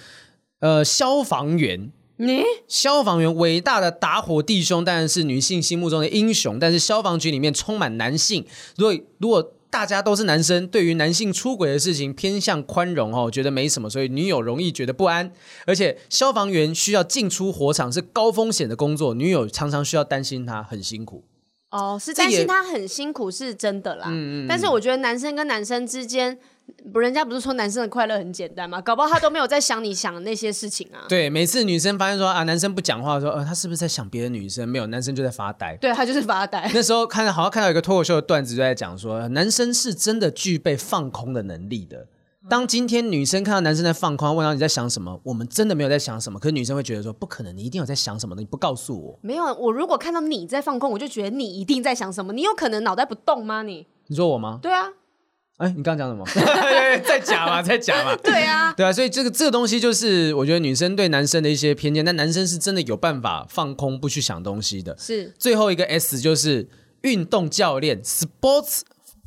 S1: 呃消防员，
S2: 你
S1: 消防员伟大的打火弟兄当然是女性心目中的英雄，但是消防局里面充满男性，所以如果大家都是男生，对于男性出轨的事情偏向宽容哦，觉得没什么，所以女友容易觉得不安。而且消防员需要进出火场是高风险的工作，女友常常需要担心他很辛苦。
S2: 哦，是
S1: 这
S2: 担
S1: 也嗯
S2: 心他很辛苦是真的啦。但是我觉得男生跟男生之间，不，人家不是说男生的快乐很简单吗？搞不好他都没有在想你想的那些事情啊。
S1: 对，每次女生发现说啊，男生不讲话的时候，呃，他是不是在想别的女生？没有，男生就在发呆。
S2: 对他就是发呆。
S1: 那时候看到好像看到一个脱口秀的段子，就在讲说，男生是真的具备放空的能力的。当今天女生看到男生在放空，问到你在想什么，我们真的没有在想什么。可是女生会觉得说，不可能，你一定有在想什么的，你不告诉我。
S2: 没有，我如果看到你在放空，我就觉得你一定在想什么。你有可能脑袋不动吗？你
S1: 你说我吗？
S2: 对啊，
S1: 哎，你刚刚讲 什么？在假嘛，在假嘛。
S2: 对啊，
S1: 对啊，所以这个这个东西就是，我觉得女生对男生的一些偏见，但男生是真的有办法放空，不去想东西的。
S2: 是
S1: 最后一个 S 就是运动教练，sports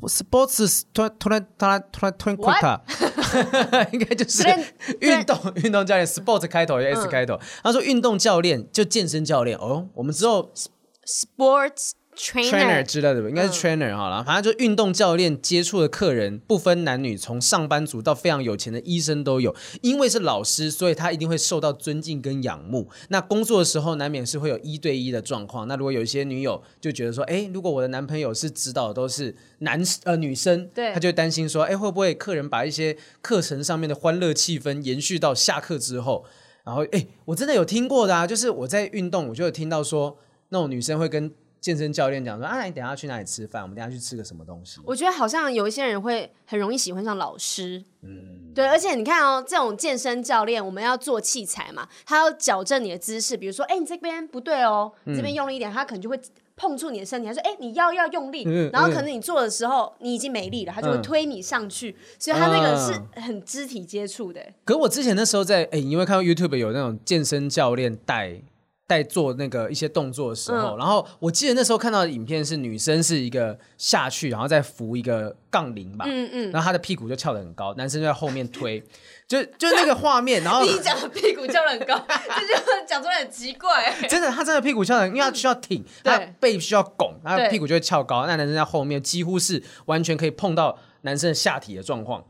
S1: sports 突然突然突然突然突然
S2: What？
S1: quota，应该就是
S2: 突然
S1: 运动运动教练，sports 开头有
S2: 嗯
S1: S 开头。他说运动教练就健身教练哦，我们之后
S2: sports trainer，, 嗯
S1: trainer 之类的吧，应该是 trainer 好了，反正就运动教练接触的客人不分男女，从上班族到非常有钱的医生都有。因为是老师，所以他一定会受到尊敬跟仰慕。那工作的时候难免是会有一对一的状况。那如果有一些女友就觉得说，哎，如果我的男朋友是指导的都是男呃女生，
S2: 对
S1: 他就会担心说，哎，会不会客人把一些课程上面的欢乐气氛延续到下课之后？然后，哎，我真的有听过的啊，就是我在运动，我就有听到说，那种女生会跟健身教练讲说：“啊，你等一下去哪里吃饭？我们等一下去吃个什么东西
S2: 我觉得好像有一些人会很容易喜欢上老师，嗯，对，而且你看哦，这种健身教练，我们要做器材嘛，他要矫正你的姿势，比如说，哎，你这边不对哦，
S1: 嗯
S2: 这边用力一点，他可能就会碰触你的身体，他说，哎，你要要用力
S1: 嗯，
S2: 然后可能你做的时候你已经没力了，他就会
S1: 嗯
S2: 推你上去，所以他那个
S1: 啊
S2: 是很肢体接触 的，？”
S1: 可我之前那时候在哎，你有没有看到 YouTube 有那种健身教练带带做那个一些动作的时
S2: 嗯
S1: 候，然后我记得那时候看到的影片是女生是一个下去，然后再扶一个杠铃吧，
S2: 嗯嗯，
S1: 然后她的屁股就翘得很高，男生就在后面推，就就那个画面，然后
S2: 你讲的屁股叫得很高， 这就讲出来很奇怪、
S1: 真的，他真的屁股翘的，因为他需要挺，他
S2: 对
S1: 背需要拱，他
S2: 对
S1: 屁股就会翘高。那男生在后面几乎是完全可以碰到男生的下体的状况。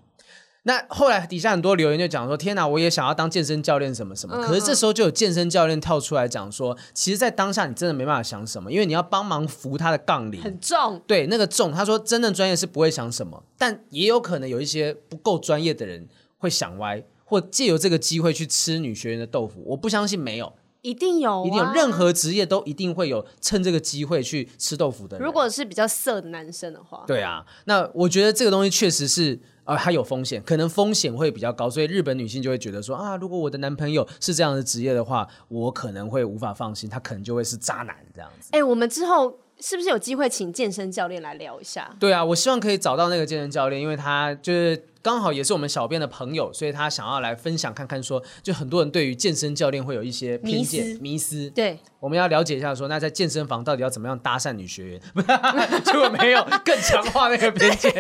S1: 那后来底下很多留言就讲说：“天哪，我也想要当健身教练什么什么。”
S2: 嗯
S1: 可是这时候就有健身教练跳出来讲说：“其实，在当下你真的没办法想什么，因为你要帮忙扶他的杠铃，
S2: 很重，
S1: 对，那个重，他说真正专业是不会想什么，但也有可能有一些不够专业的人会想歪，或借由这个机会去吃女学员的豆腐。我不相信没有，
S2: 一定有、啊，
S1: 一定有任。何职业都一定会有趁这个机会去吃豆腐的人。
S2: 如果是比较色的男生的话，
S1: 对啊，那我觉得这个东西确实是。呃，它有风险，可能风险会比较高，所以日本女性就会觉得说啊，如果我的男朋友是这样的职业的话，我可能会无法放心，他可能就会是渣男这样子。
S2: 哎、我们之后是不是有机会请健身教练来聊一下？
S1: 对啊，我希望可以找到那个健身教练，因为他就是刚好也是我们小编的朋友，所以他想要来分享看看说，就很多人对于健身教练会有一些偏见
S2: 迷思
S1: 迷思。
S2: 对，
S1: 我们要了解一下说，那在健身房到底要怎么样搭讪女学员？ 结果没有，更强化那个偏见。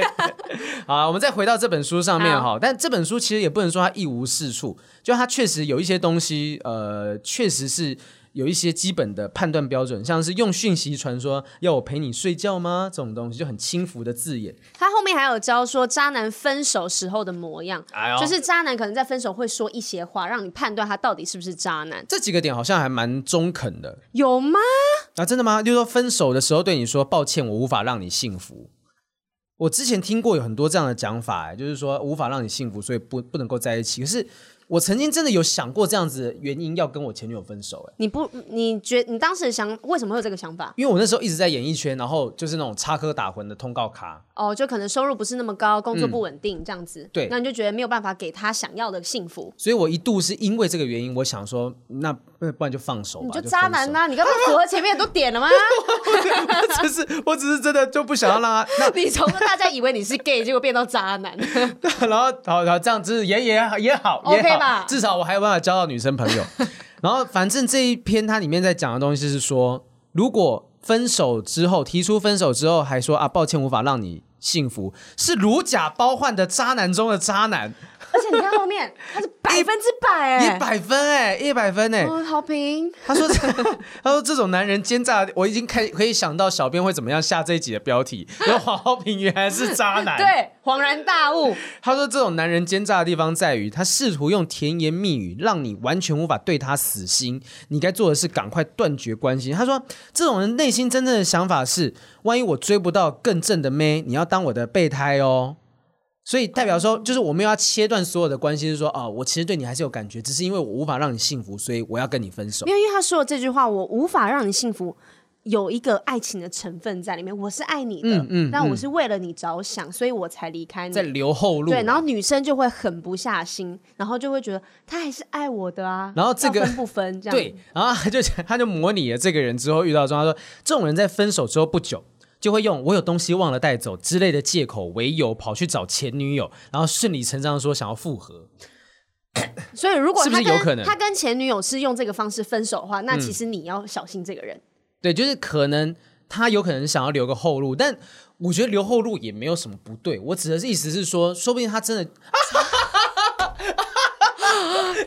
S1: 好啊，我们再回到这本书上面哈，但这本书其实也不能说它一无是处，就它确实有一些东西，呃，确实是。有一些基本的判断标准，像是用讯息传说要我陪你睡觉吗？这种东西就很轻浮的字眼，
S2: 他后面还有教说渣男分手时候的模样，
S1: 哎呦
S2: 就是渣男可能在分手会说一些话，让你判断他到底是不是渣男，
S1: 这几个点好像还蛮中肯的。
S2: 有吗？
S1: 啊，真的吗？就是说分手的时候对你说抱歉，我无法让你幸福。我之前听过有很多这样的讲法、哎就是说无法让你幸福，所以不不能够在一起。可是我曾经真的有想过这样子的原因要跟我前女友分手、哎，
S2: 你不，你觉你当时想为什么会有这个想法？
S1: 因为我那时候一直在演艺圈，然后就是那种插科打诨的通告咖，
S2: 哦，就可能收入不是那么高，工作不稳定、这样子，
S1: 嗯对
S2: 那你就觉得没有办法给他想要的幸福，
S1: 所以我一度是因为这个原因，我想说那不不然就放手吧，
S2: 你就
S1: 分
S2: 渣男啊
S1: 手
S2: 呐、你刚刚符合前面都点 了吗？
S1: 我 只是我只是真的就不想要让他那
S2: 你从大家以为你是 gay，结果变到渣 男，
S1: 然后好，然后这样子也也好也好也
S2: OK
S1: 好
S2: 吧
S1: 至少我还有办法交到女生朋 友。然后反正这一篇它里面在讲的东西是说，如果分手之后提出分手之后还说啊抱歉无法让你幸福，是如假包换的渣男中的渣男，
S2: 而且你看后面他是百分之百哎、
S1: 一百分哎、一百分哎、
S2: 哦，好评，
S1: 他说：“ 他说这种男人奸诈，我已经开可以想到小编会怎么样下这一集的标 题。然后黄浩平原来是渣男，
S2: 对，恍然大悟，
S1: 他说：“这种男人奸诈的地方在于，他试图用甜言蜜语让你完全无法对他死心。你该做的是赶快断绝关系。”他说：“这种人内心真正的想法是，万一我追不到更正的妹，你要当我的备胎哦。”所以代表说，就是我们要切断所有的关系，是说啊、我其实对你还是有感觉，只是因为我无法让你幸福，所以我要跟你分手
S2: 没。有，因为他说的这句话，我无法让你幸福，有一个爱情的成分在里面。我是爱你的，但我是为了你着想，所以我才离开
S1: 嗯在
S2: 你。
S1: 留后路。啊
S2: 对，然后女生就会狠不下心，然后就会觉得他还是爱我的啊。
S1: 然后这个
S2: 要分不分这样？
S1: 对，，然后他就他就模拟了这个人之后遇到状况，他说这种人在分手之后不久就会用我有东西忘了带走之类的借口为由跑去找前女友，然后顺理成章地说想要复合。
S2: 所以如果
S1: 是不
S2: 他
S1: 是
S2: 跟
S1: 有可能嗯
S2: 他跟前女友是用这个方式分手的话，那其实你要小心这个人。
S1: 对，就是可能他有可能想要留个后路，但我觉得留后路也没有什么不对。我指的是意思是说，说不定他真的。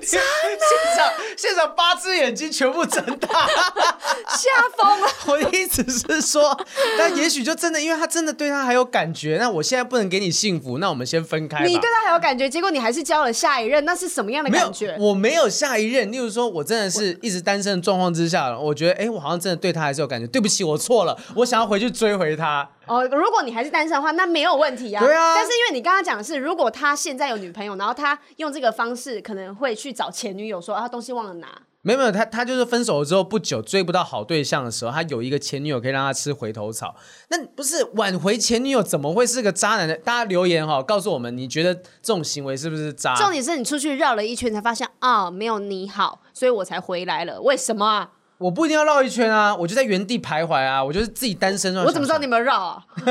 S1: 现场现场八只眼睛全部睁大，
S2: 下风了，
S1: 我的意思是说，但也许就真的，因为他真的对他还有感觉，那我现在不能给你幸福，那我们先分开吧。
S2: 你对他还有感觉，结果你还是交了下一任，那是什么样的
S1: 没
S2: 感
S1: 有
S2: 觉？，
S1: 我没有下一任。例如说，我真的是一直单身的状况之下，我觉得，哎，我好像真的对他还是有感觉。对不起，我错了，我想要回去追回他。
S2: 哦，如果你还是单身的话，那没有问题啊。
S1: 对啊
S2: 但是因为你刚刚讲的是，如果他现在有女朋友，然后他用这个方式可能会去找前女友说啊，东西忘了拿。
S1: 没有没有，他他就是分手了之后不久，追不到好对象的时候，他有一个前女友可以让他吃回头草。那不是挽回前女友，怎么会是个渣男呢？大家留言哈、告诉我们，你觉得这种行为是不是渣？
S2: 重点是你出去绕了一圈才发现啊、没有你好，所以我才回来了。为什么啊？
S1: 我不一定要绕一圈啊，我就在原地徘徊啊，我就是自己单身。
S2: 我怎么知道
S1: 你？
S2: 你有没有绕啊？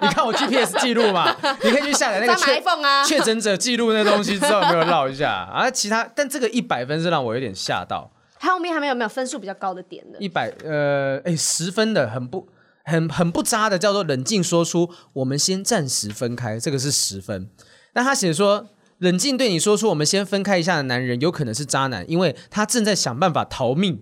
S1: 你看我 GPS 记录 嘛，你可以去下载那个
S2: 再买
S1: 确
S2: iPhone 啊！
S1: 确诊者记录那东西，知道有没有绕一下啊？其他，但这个一百分是让我有点吓到，
S2: 还有后面还没有没有分数比较高的点的？
S1: 一百呃，哎，十分的很不很很不渣的，叫做冷静说出我们先暂时分开，这个是十分。那他写说。冷静对你说出“我们先分开一下”的男人，有可能是渣男，因为他正在想办法逃命，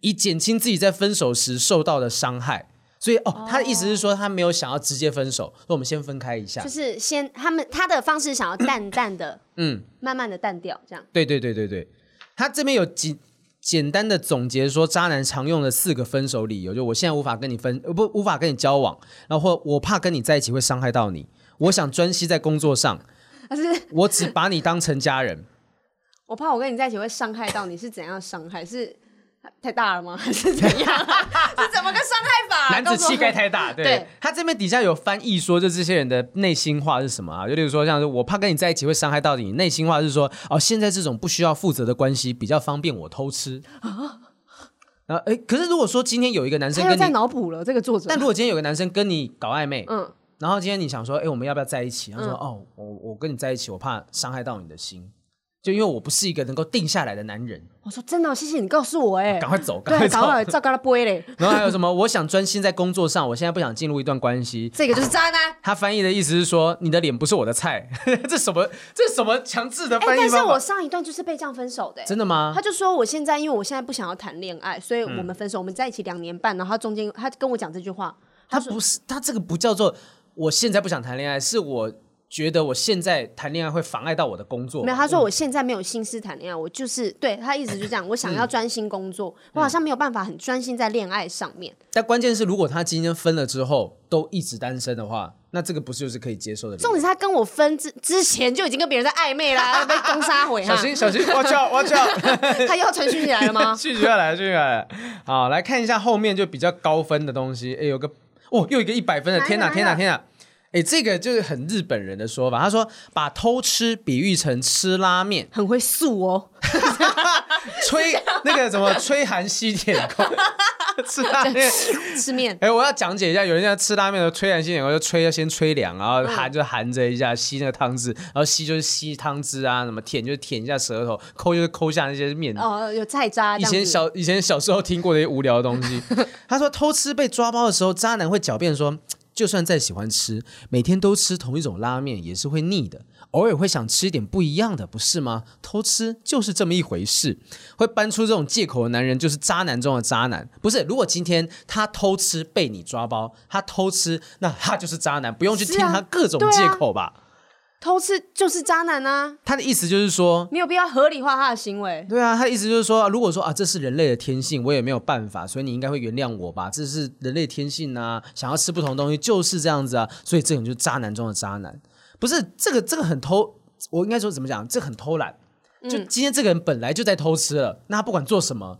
S1: 以减轻自己在分手时受到的伤害。所以，哦，他的意思是说，他没有想要直接分手，说我们先分开一下
S2: 就。是先他们他的方式想要淡淡的，嗯，慢慢的淡掉这样。
S1: 对对对对对，他这边有几简单的总结说，渣男常用的四个分手理由，就我现在无法跟你分，呃不无法跟你交往，然后或我怕跟你在一起会伤害到你，我想专心在工作上，
S2: 但是
S1: 我只把你当成家人。
S2: 我怕我跟你在一起会伤害到你，是怎样的伤害？是太大了吗？还是怎 样啊？是怎么个伤害 法啊、
S1: 男子气概太 大，对
S2: 对
S1: 他这边底下有翻译说，就这些人的内心话是什么啊？就例如说，像是我怕跟你在一起会伤害到你，内 心话是说，哦，现在这种不需要负责的关系比较方便我偷吃。然后哎，可是如果说今天有一个男生
S2: 他又
S1: 跟
S2: 在
S1: 你，
S2: 脑补了这个作者
S1: 但。如果今天有个男生跟你搞暧昧，
S2: 嗯，
S1: 然后今天你想说，哎，我们要不要在一起？他说，
S2: 嗯
S1: 哦，我我跟你在一起，我怕伤害到你的心，就因为我不是一个能够定下来的男 人，
S2: 我说真的哦，谢谢你告诉我，哎，
S1: 赶快走，赶快
S2: 对，
S1: 走
S2: 搞。了照跟他播嘞，
S1: 然后还有什么？我想专心在工作上，我现在不想进入一段关系。
S2: 这个就是渣男。
S1: 他翻译的意思是说，你的脸不是我的菜， 这什么？这什么强制的
S2: 哎、
S1: 翻译
S2: 但是
S1: 方法？
S2: 我上一段就是被这样分手的、哎
S1: 真的吗嗯
S2: 他？就说我现在因为我现在不想要谈恋爱，所以我们分手，我们在一起两年半，然后他中间他跟我讲这句话，
S1: 他不是，他这个不叫做我现在不想谈恋爱，是我觉得我现在谈恋爱会妨碍到我的工作。
S2: 没有，他说我现在没有心思谈恋爱，我就是对他一直就这样，我想
S1: 嗯
S2: 要专心工作，我好像没有办法很专心在恋爱上面。
S1: 但关键是，如果他今天分了之后都一直单身的话，那这个不是就是可以接受的理由？
S2: 重点是他跟我分之之前就已经跟别人在暧昧啦，被攻杀回
S1: 小
S2: 哈，
S1: 心，小心！Watch out，Watch out！？
S2: 他又要传讯息来了吗
S1: 拒绝来，拒绝来。好，来看一下后面就比较高分的东西。哎，有个哦，又一个一百分的，
S2: 哪一个
S1: 天哪，
S2: 哪一个
S1: 天哪，天哪！哎，这个就是很日本人的说法。他说把偷吃比喻成吃拉面，
S2: 很会素哦，
S1: 吹那个什么吹寒吸舔空， 吃拉面。
S2: 吃面。
S1: 哎、我要讲解一下，有人要吃拉面的时候吹寒吸舔空，就吹要先吹凉，然后含就含着一下，吸那个汤汁，然后吸就是吸汤汁啊，什么舔就是舔一下舌头，抠就是抠下那些面
S2: 哦，有菜渣
S1: 以
S2: 这样
S1: 前
S2: 子，
S1: 小以前小时候听过的一些无聊的东 西。他说偷吃被抓包的时候，渣男会狡辩说，就算再喜欢吃，每天都吃同一种拉面也是会腻的，偶尔会想吃一点不一样的，不是吗？偷吃就是这么一回事。会搬出这种借口的男人，就是渣男中的渣男。不是，如果今天他偷吃被你抓包，他偷吃，那他就是渣男，不用去
S2: 是
S1: 听
S2: 啊
S1: 他各种
S2: 对啊
S1: 借口吧。
S2: 偷吃就是渣男啊！
S1: 他的意思就是说，
S2: 你有必要合理化他的行为。
S1: 对啊，他的意思就是说，如果说啊，这是人类的天性，我也没有办法，所以你应该会原谅我吧？这是人类天性啊，想要吃不同的东西就是这样子啊，所以这种就是渣男中的渣男，不是这个这个很偷，我应该说怎么讲？这很偷懒，
S2: 嗯
S1: 就今天这个人本来就在偷吃了，那他不管做什么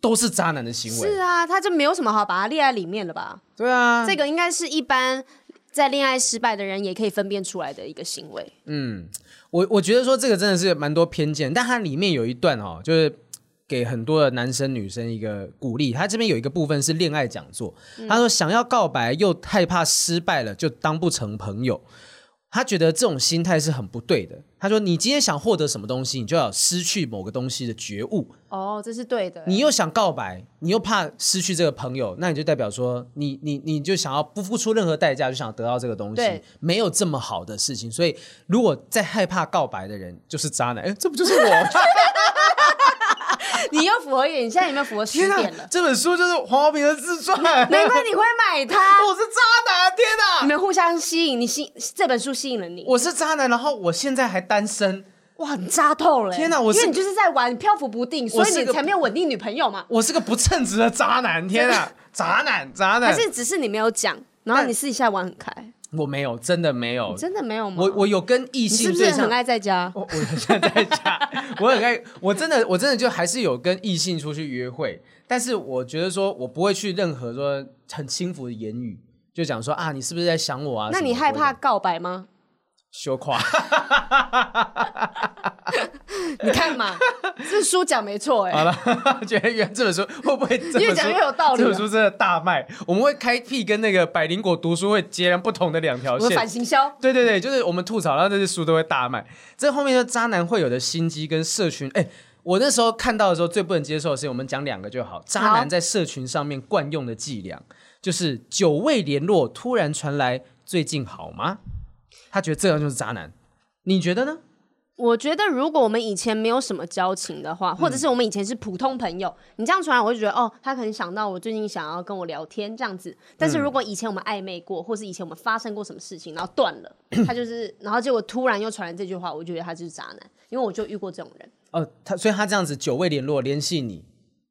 S1: 都是渣男的行为，
S2: 是啊，他就没有什么好把他列在里面了吧？
S1: 对啊，
S2: 这个应该是一般在恋爱失败的人也可以分辨出来的一个行为。
S1: 我我觉得说这个真的是蛮多偏见，但它里面有一段哦，就是给很多的男生女生一个鼓励。他这边有一个部分是恋爱讲座，他说想要告白又害怕失败了，就当不成朋友。他觉得这种心态是很不对的。他说：“你今天想获得什么东西，你就要有失去某个东西的觉悟。
S2: 哦，这是对的。
S1: 你又想告白，你又怕失去这个朋友，那你就代表说你你你就想要不付出任何代价，就想得到这个东西
S2: 对，
S1: 没有这么好的事情。所以，如果在害怕告白的人，就是渣男。哎，这不就是 我吗？
S2: 你又符合一点，你现在有没有符合十
S1: 天
S2: 点
S1: 哪，
S2: 了？
S1: 这本书就是黄浩平的自传。
S2: 难怪你会买 它，
S1: 我是渣男，天哪！
S2: 你们互相吸引，你吸这本书吸引了你，
S1: 我是渣男，然后我现在还单身，
S2: 哇，你扎透了欸、
S1: 天哪我是
S2: 因为你就是在玩，你漂浮不定，所以
S1: 是
S2: 你
S1: 个
S2: 才没有稳定女朋友嘛。
S1: 我是个不称职的渣男，天 哪！渣男，渣
S2: 还
S1: 男，
S2: 是只是你没有讲，然后
S1: 但
S2: 你私底下玩很开，
S1: 我没有，真的没有，
S2: 真的没有吗？
S1: 我我有跟异
S2: 你是
S1: 性
S2: 不是
S1: 对
S2: 很
S1: 象啊
S2: 爱在家？
S1: 我我现在在家，我很爱，我真的我真的就还是有跟异性出去约会，但是我觉得说我不会去任何说很轻浮的言语，就讲说啊你是不是在想我啊？
S2: 那
S1: 什么
S2: 你害怕
S1: 我会
S2: 告白 吗？
S1: 羞垮？
S2: 你看嘛，这书讲没错哎、
S1: 好了， 觉得原这本书会不会这本书
S2: 越讲越有道理啊
S1: 这本书真的大卖，我们会开辟跟那个百灵果读书会截然不同的两条
S2: 我们
S1: 线
S2: 反。行销，
S1: 对对对，就是我们吐槽，然后这些书都会大卖。这后面就渣男会有的心机跟社群，哎，我那时候看到的时候最不能接受的是，我们讲两个就好。渣男在社群上面惯用的伎俩，就是久未联络，突然传来最近好吗？他觉得这样就是渣男，你觉得呢？
S2: 我觉得如果我们以前没有什么交情的话，或者
S1: 嗯
S2: 是我们以前是普通朋友，你这样传来，我就觉得哦，他可能想到我最近想要跟我聊天这样子。但
S1: 嗯
S2: 是如果以前我们暧昧过，或是以前我们发生过什么事情，然后断了，他就是，然后结果突然又传来这句话，我就觉得他就是渣男，因为我就遇过这种人。
S1: 哦，他所以他这样子久未联络，联系你，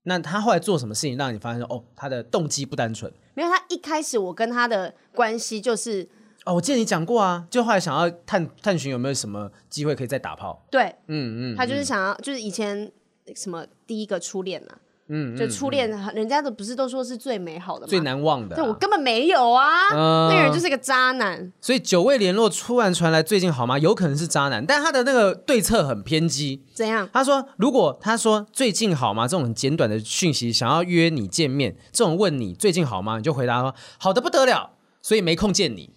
S1: 那他后来做什么事情让你发现说，哦，他的动机不单纯？
S2: 没有，他一开始我跟他的关系就是
S1: 哦，我记得你讲过啊，就后来想要探探寻有没有什么机会可以再打炮。
S2: 对，
S1: 嗯嗯，
S2: 他就是想要，就是以前什么第一个初恋呐、啊
S1: 嗯，
S2: 就
S1: 嗯
S2: 初恋，人家都不是都说是最美好的吗？
S1: 最难忘的
S2: 对我
S1: 啊。
S2: 根本没有啊，
S1: 嗯
S2: 那个人就是个渣男。
S1: 所以九位联络突然传来最近好吗？有可能是渣男，但他的那个对策很偏激。
S2: 怎样？
S1: 他说：“如果他说最近好吗？这种很简短的讯息，想要约你见面，这种问你最近好吗，你就回答说好的不得了，所以没空见 你。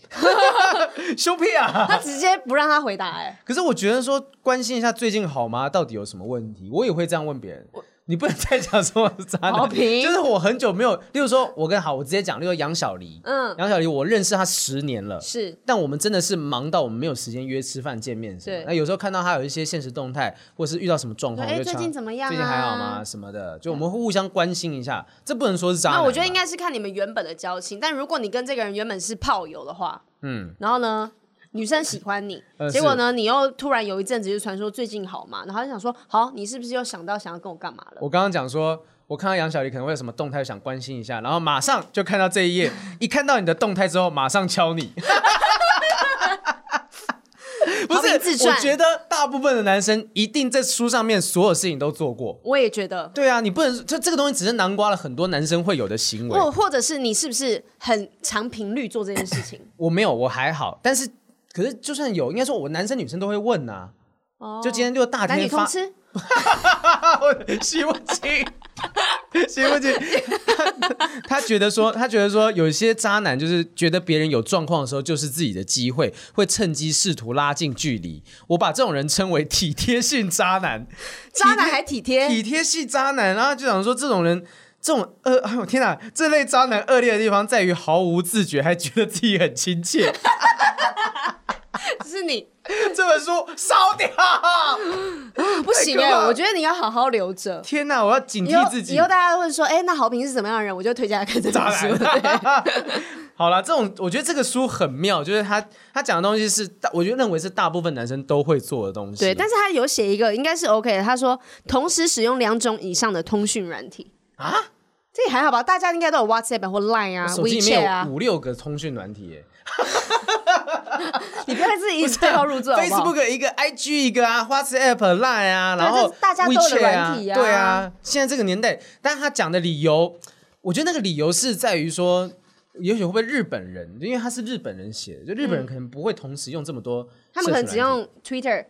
S1: 羞屁啊！
S2: 他直接不让他回答、哎，
S1: 可是我觉得说关心一下最近好吗，到底有什么问题？我也会这样问别人。你不能再讲说我是渣
S2: 好
S1: 男，
S2: 评
S1: 就是我很久没有，例如说，我跟好，我直接讲，例如杨小黎，
S2: 嗯，
S1: 杨小黎，我认识她十年了，
S2: 是
S1: 但我们真的是忙到我们没有时间约吃饭见面什么的
S2: 对。
S1: 那有时候看到他有一些现实动态，或是遇到什么状况，
S2: 说
S1: 哦我就
S2: 哎
S1: 常
S2: 最近怎么样啊
S1: 最近还好吗？什么的，就我们会互相关心一下。这不能说是渣男吧。
S2: 那我觉得应该是看你们原本的交情，但如果你跟这个人原本是炮友的话，嗯，然后呢，女生喜欢你，
S1: 呃
S2: 结果呢，你又突然有一阵子就传说最近好嘛，然后就想说，好，你是不是又想到想要跟我干嘛了？
S1: 我刚刚讲说。我看到杨小黎可能会有什么动态，想关心一下，然后马上就看到这一页，一看到你的动态之后，马上敲 你。不
S2: 好评自
S1: 是，我
S2: 传
S1: 觉得大部分的男生一定在书上面所有事情都做过。
S2: 我也觉得，
S1: 对啊，你不能这这个东西只是南瓜了很多男生会有的行为。
S2: 或或者是你是不是很长频率做这件事 情？
S1: 我没有，我还好，但是可是就算有，应该说我男生女生都会问呐、
S2: 哦
S1: 就今天就大
S2: 男
S1: 天
S2: 女通
S1: 发，
S2: 吃，
S1: 洗不清，洗不清。他他觉得说，他觉得说，有些渣男就是觉得别人有状况的时候，就是自己的机会，会趁机试图拉近距离。我把这种人称为体贴性渣男，
S2: 渣男还体贴，
S1: 体贴系渣男，然后就想说这种人。这种恶，哎呦天哪！这类渣男恶劣的地方在于毫无自觉，还觉得自己很亲切。
S2: 是你
S1: 这本书烧掉！
S2: 不行
S1: 太
S2: 哎、
S1: 可怕了
S2: 我觉得你要好好留着。
S1: 天哪，我要警
S2: 以后
S1: 惕自己
S2: 以。后大家问说，哎、那好评是怎么样的人，我就推荐他看这
S1: 渣
S2: 本书。
S1: 男。 好了，这种我觉得这个书很妙，就是他他讲的东西是大，我觉得认为是大部分男生都会做的东西。
S2: 对，但是他有写一个应该是 OK 的，他说同时使用两种以上的通讯软体
S1: 啊，
S2: 这也还好吧？大家应该都有 WhatsApp 或 Line 啊、
S1: 手机里面
S2: WeChat 啊
S1: 有，五六个通讯软体耶、
S2: 你不要自己一直对号 入座好不好
S1: Facebook 一个，IG 一个啊，WhatsApp、Line 啊，然后
S2: 这是大家都有的
S1: WeChat
S2: 软体啊
S1: 对啊，现在这个年代，但他讲的理由，我觉得那个理由是在于说，也许会不会日本人，因为他是日本人写的，就日本人可能不会同时用这么多
S2: 嗯他
S1: 社
S2: 们
S1: 群
S2: 可
S1: 软
S2: 能
S1: 体，
S2: 只用 Twitter，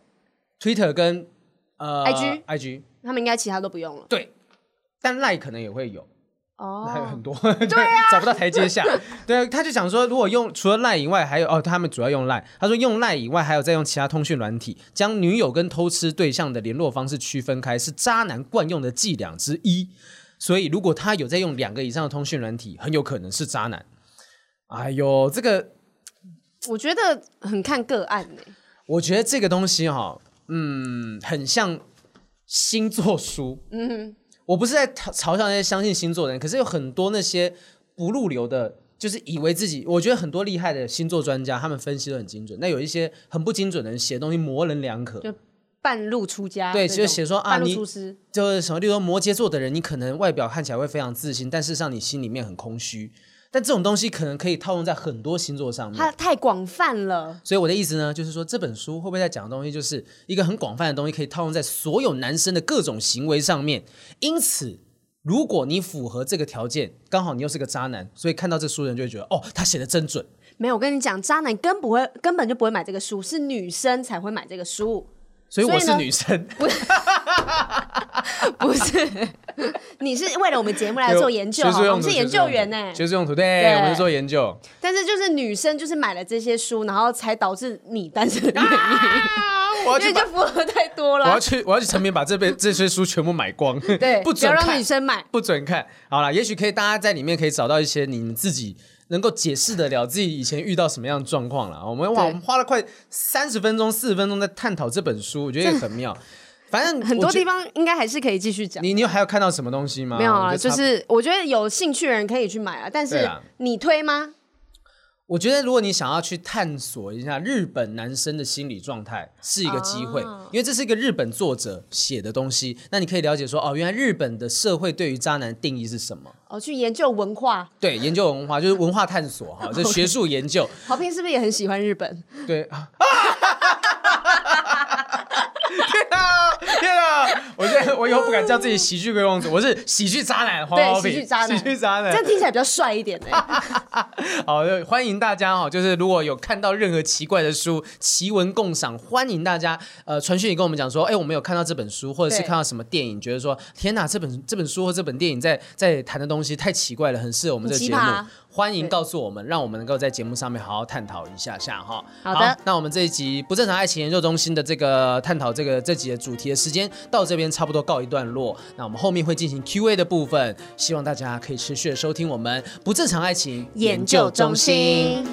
S1: Twitter 跟呃
S2: IG
S1: IG
S2: 他们应该其他都不用了。
S1: 对，但 Line 可能也会有。还有
S2: 哦，
S1: 很多， 对啊，找不到台阶下。对啊，他就想说，如果用除了 Line 以外，还有哦，他们主要用 Line。他说用 Line 以外，还有再用其他通讯软体，将女友跟偷吃对象的联络方式区分开，是渣男惯用的伎俩之一。所以，如果他有在用两个以上的通讯软体，很有可能是渣男。哎呦，这个
S2: 我觉得很看个案欸呢、
S1: 我觉得这个东西哈、嗯，很像星座书。嗯，我不是在嘲嘲笑那些相信星座的人，可是有很多那些不入流的，就是以为自己，我觉得很多厉害的星座专家，他们分析的很精准。那有一些很不精准的人写东西模棱两可，
S2: 就半路出家这
S1: 对
S2: 种，
S1: 就写说啊
S2: 半路
S1: 你
S2: 出师，
S1: 就是什么，例如说摩羯座的人，你可能外表看起来会非常自信，但事实上你心里面很空虚。但这种东西可能可以套用在很多星座上面。
S2: 他太广泛了。
S1: 所以我的意思呢，就是说这本书会不会在讲的东西，就是一个很广泛的东西，可以套用在所有男生的各种行为上面。因此，如果你符合这个条件，刚好你又是个渣男，所以看到这书的人就会觉得，哦，他写的真准。
S2: 没有，我跟你讲，渣男根不会，根本就不会买这个书，是女生才会买这 个书。
S1: 所以我
S2: 所
S1: 是
S2: 以呢
S1: 女生，
S2: 不是，你是为了我们节 目来做研究，
S1: 学
S2: 好
S1: 术
S2: 吗我
S1: 用
S2: 们
S1: 途
S2: 是研究员呢。
S1: 学术用途，对，
S2: 对啊
S1: 我们是做研究。
S2: 但是就是女生就是买了这些书，然后才导致你单身的 原因，
S1: 啊我要
S2: 因为
S1: 去把
S2: 就，符合太多
S1: 我要
S2: 了。
S1: 去，我要去成品把这边这些书全部买光，
S2: 对，
S1: 不
S2: 不要
S1: 准
S2: 让
S1: 看
S2: 女。生买。
S1: 不准看。好啦，也许可以，大家在里面可以找到一些你们自己能够解释得了自己以前遇到什么样的状况啦。我们哇，
S2: 对
S1: 我们花了快三十分钟、四十分钟在探讨这本书，我觉得也很 妙。反正
S2: 很多地
S1: 方，
S2: 方应该还是可以继续讲。
S1: 你你有还有看到什么东西吗？
S2: 没有
S1: 我
S2: 啊，
S1: 觉得
S2: 就
S1: 差不
S2: 是我觉得有兴趣的人可以去买啊，但
S1: 对
S2: 是
S1: 啦
S2: 你推吗？
S1: 我觉得如果你想要去探索一下日本男生的心理状态，是一个机会，
S2: 啊
S1: 因为这是一个日本作者写的东西，那你可以了解说，哦，原来日本的社会对于渣男的定义是什么。
S2: 哦，去研究文化。
S1: 对，研究文化就是文化探索 哈，这学术研究。
S2: 豪平是不是也很喜欢日本？
S1: 对 啊！天啊！天啊！我现在我以后不敢叫自己喜剧鬼王子，我是喜剧渣男黄
S2: 对
S1: 豪平，
S2: 喜剧渣男
S1: 喜剧渣
S2: 这
S1: 男
S2: 样。听起来比较帅一点呢、欸
S1: 好，就欢迎大家哈，就是如果有看到任何奇怪的书，奇闻共赏，欢迎大家呃传讯也跟我们讲说，哎，我们有看到这本书，或者是
S2: 对
S1: 看到什么电影，觉得说天哪，这本这本书或这本电影在在谈的东西太奇怪了，很适合我们这个
S2: 很奇
S1: 节目
S2: 葩。
S1: 欢迎
S2: 对
S1: 告诉我们，让我们能够在节目上面好好探讨一下下哈。
S2: 好的
S1: 那我们这一集不正常爱情研究中心的这个探讨这个这集的主题的时间到这边差不多告一段落。那我们后面会进行 Q&A 的部分，希望大家可以持续的收听我们不正常爱情
S2: 研究中心。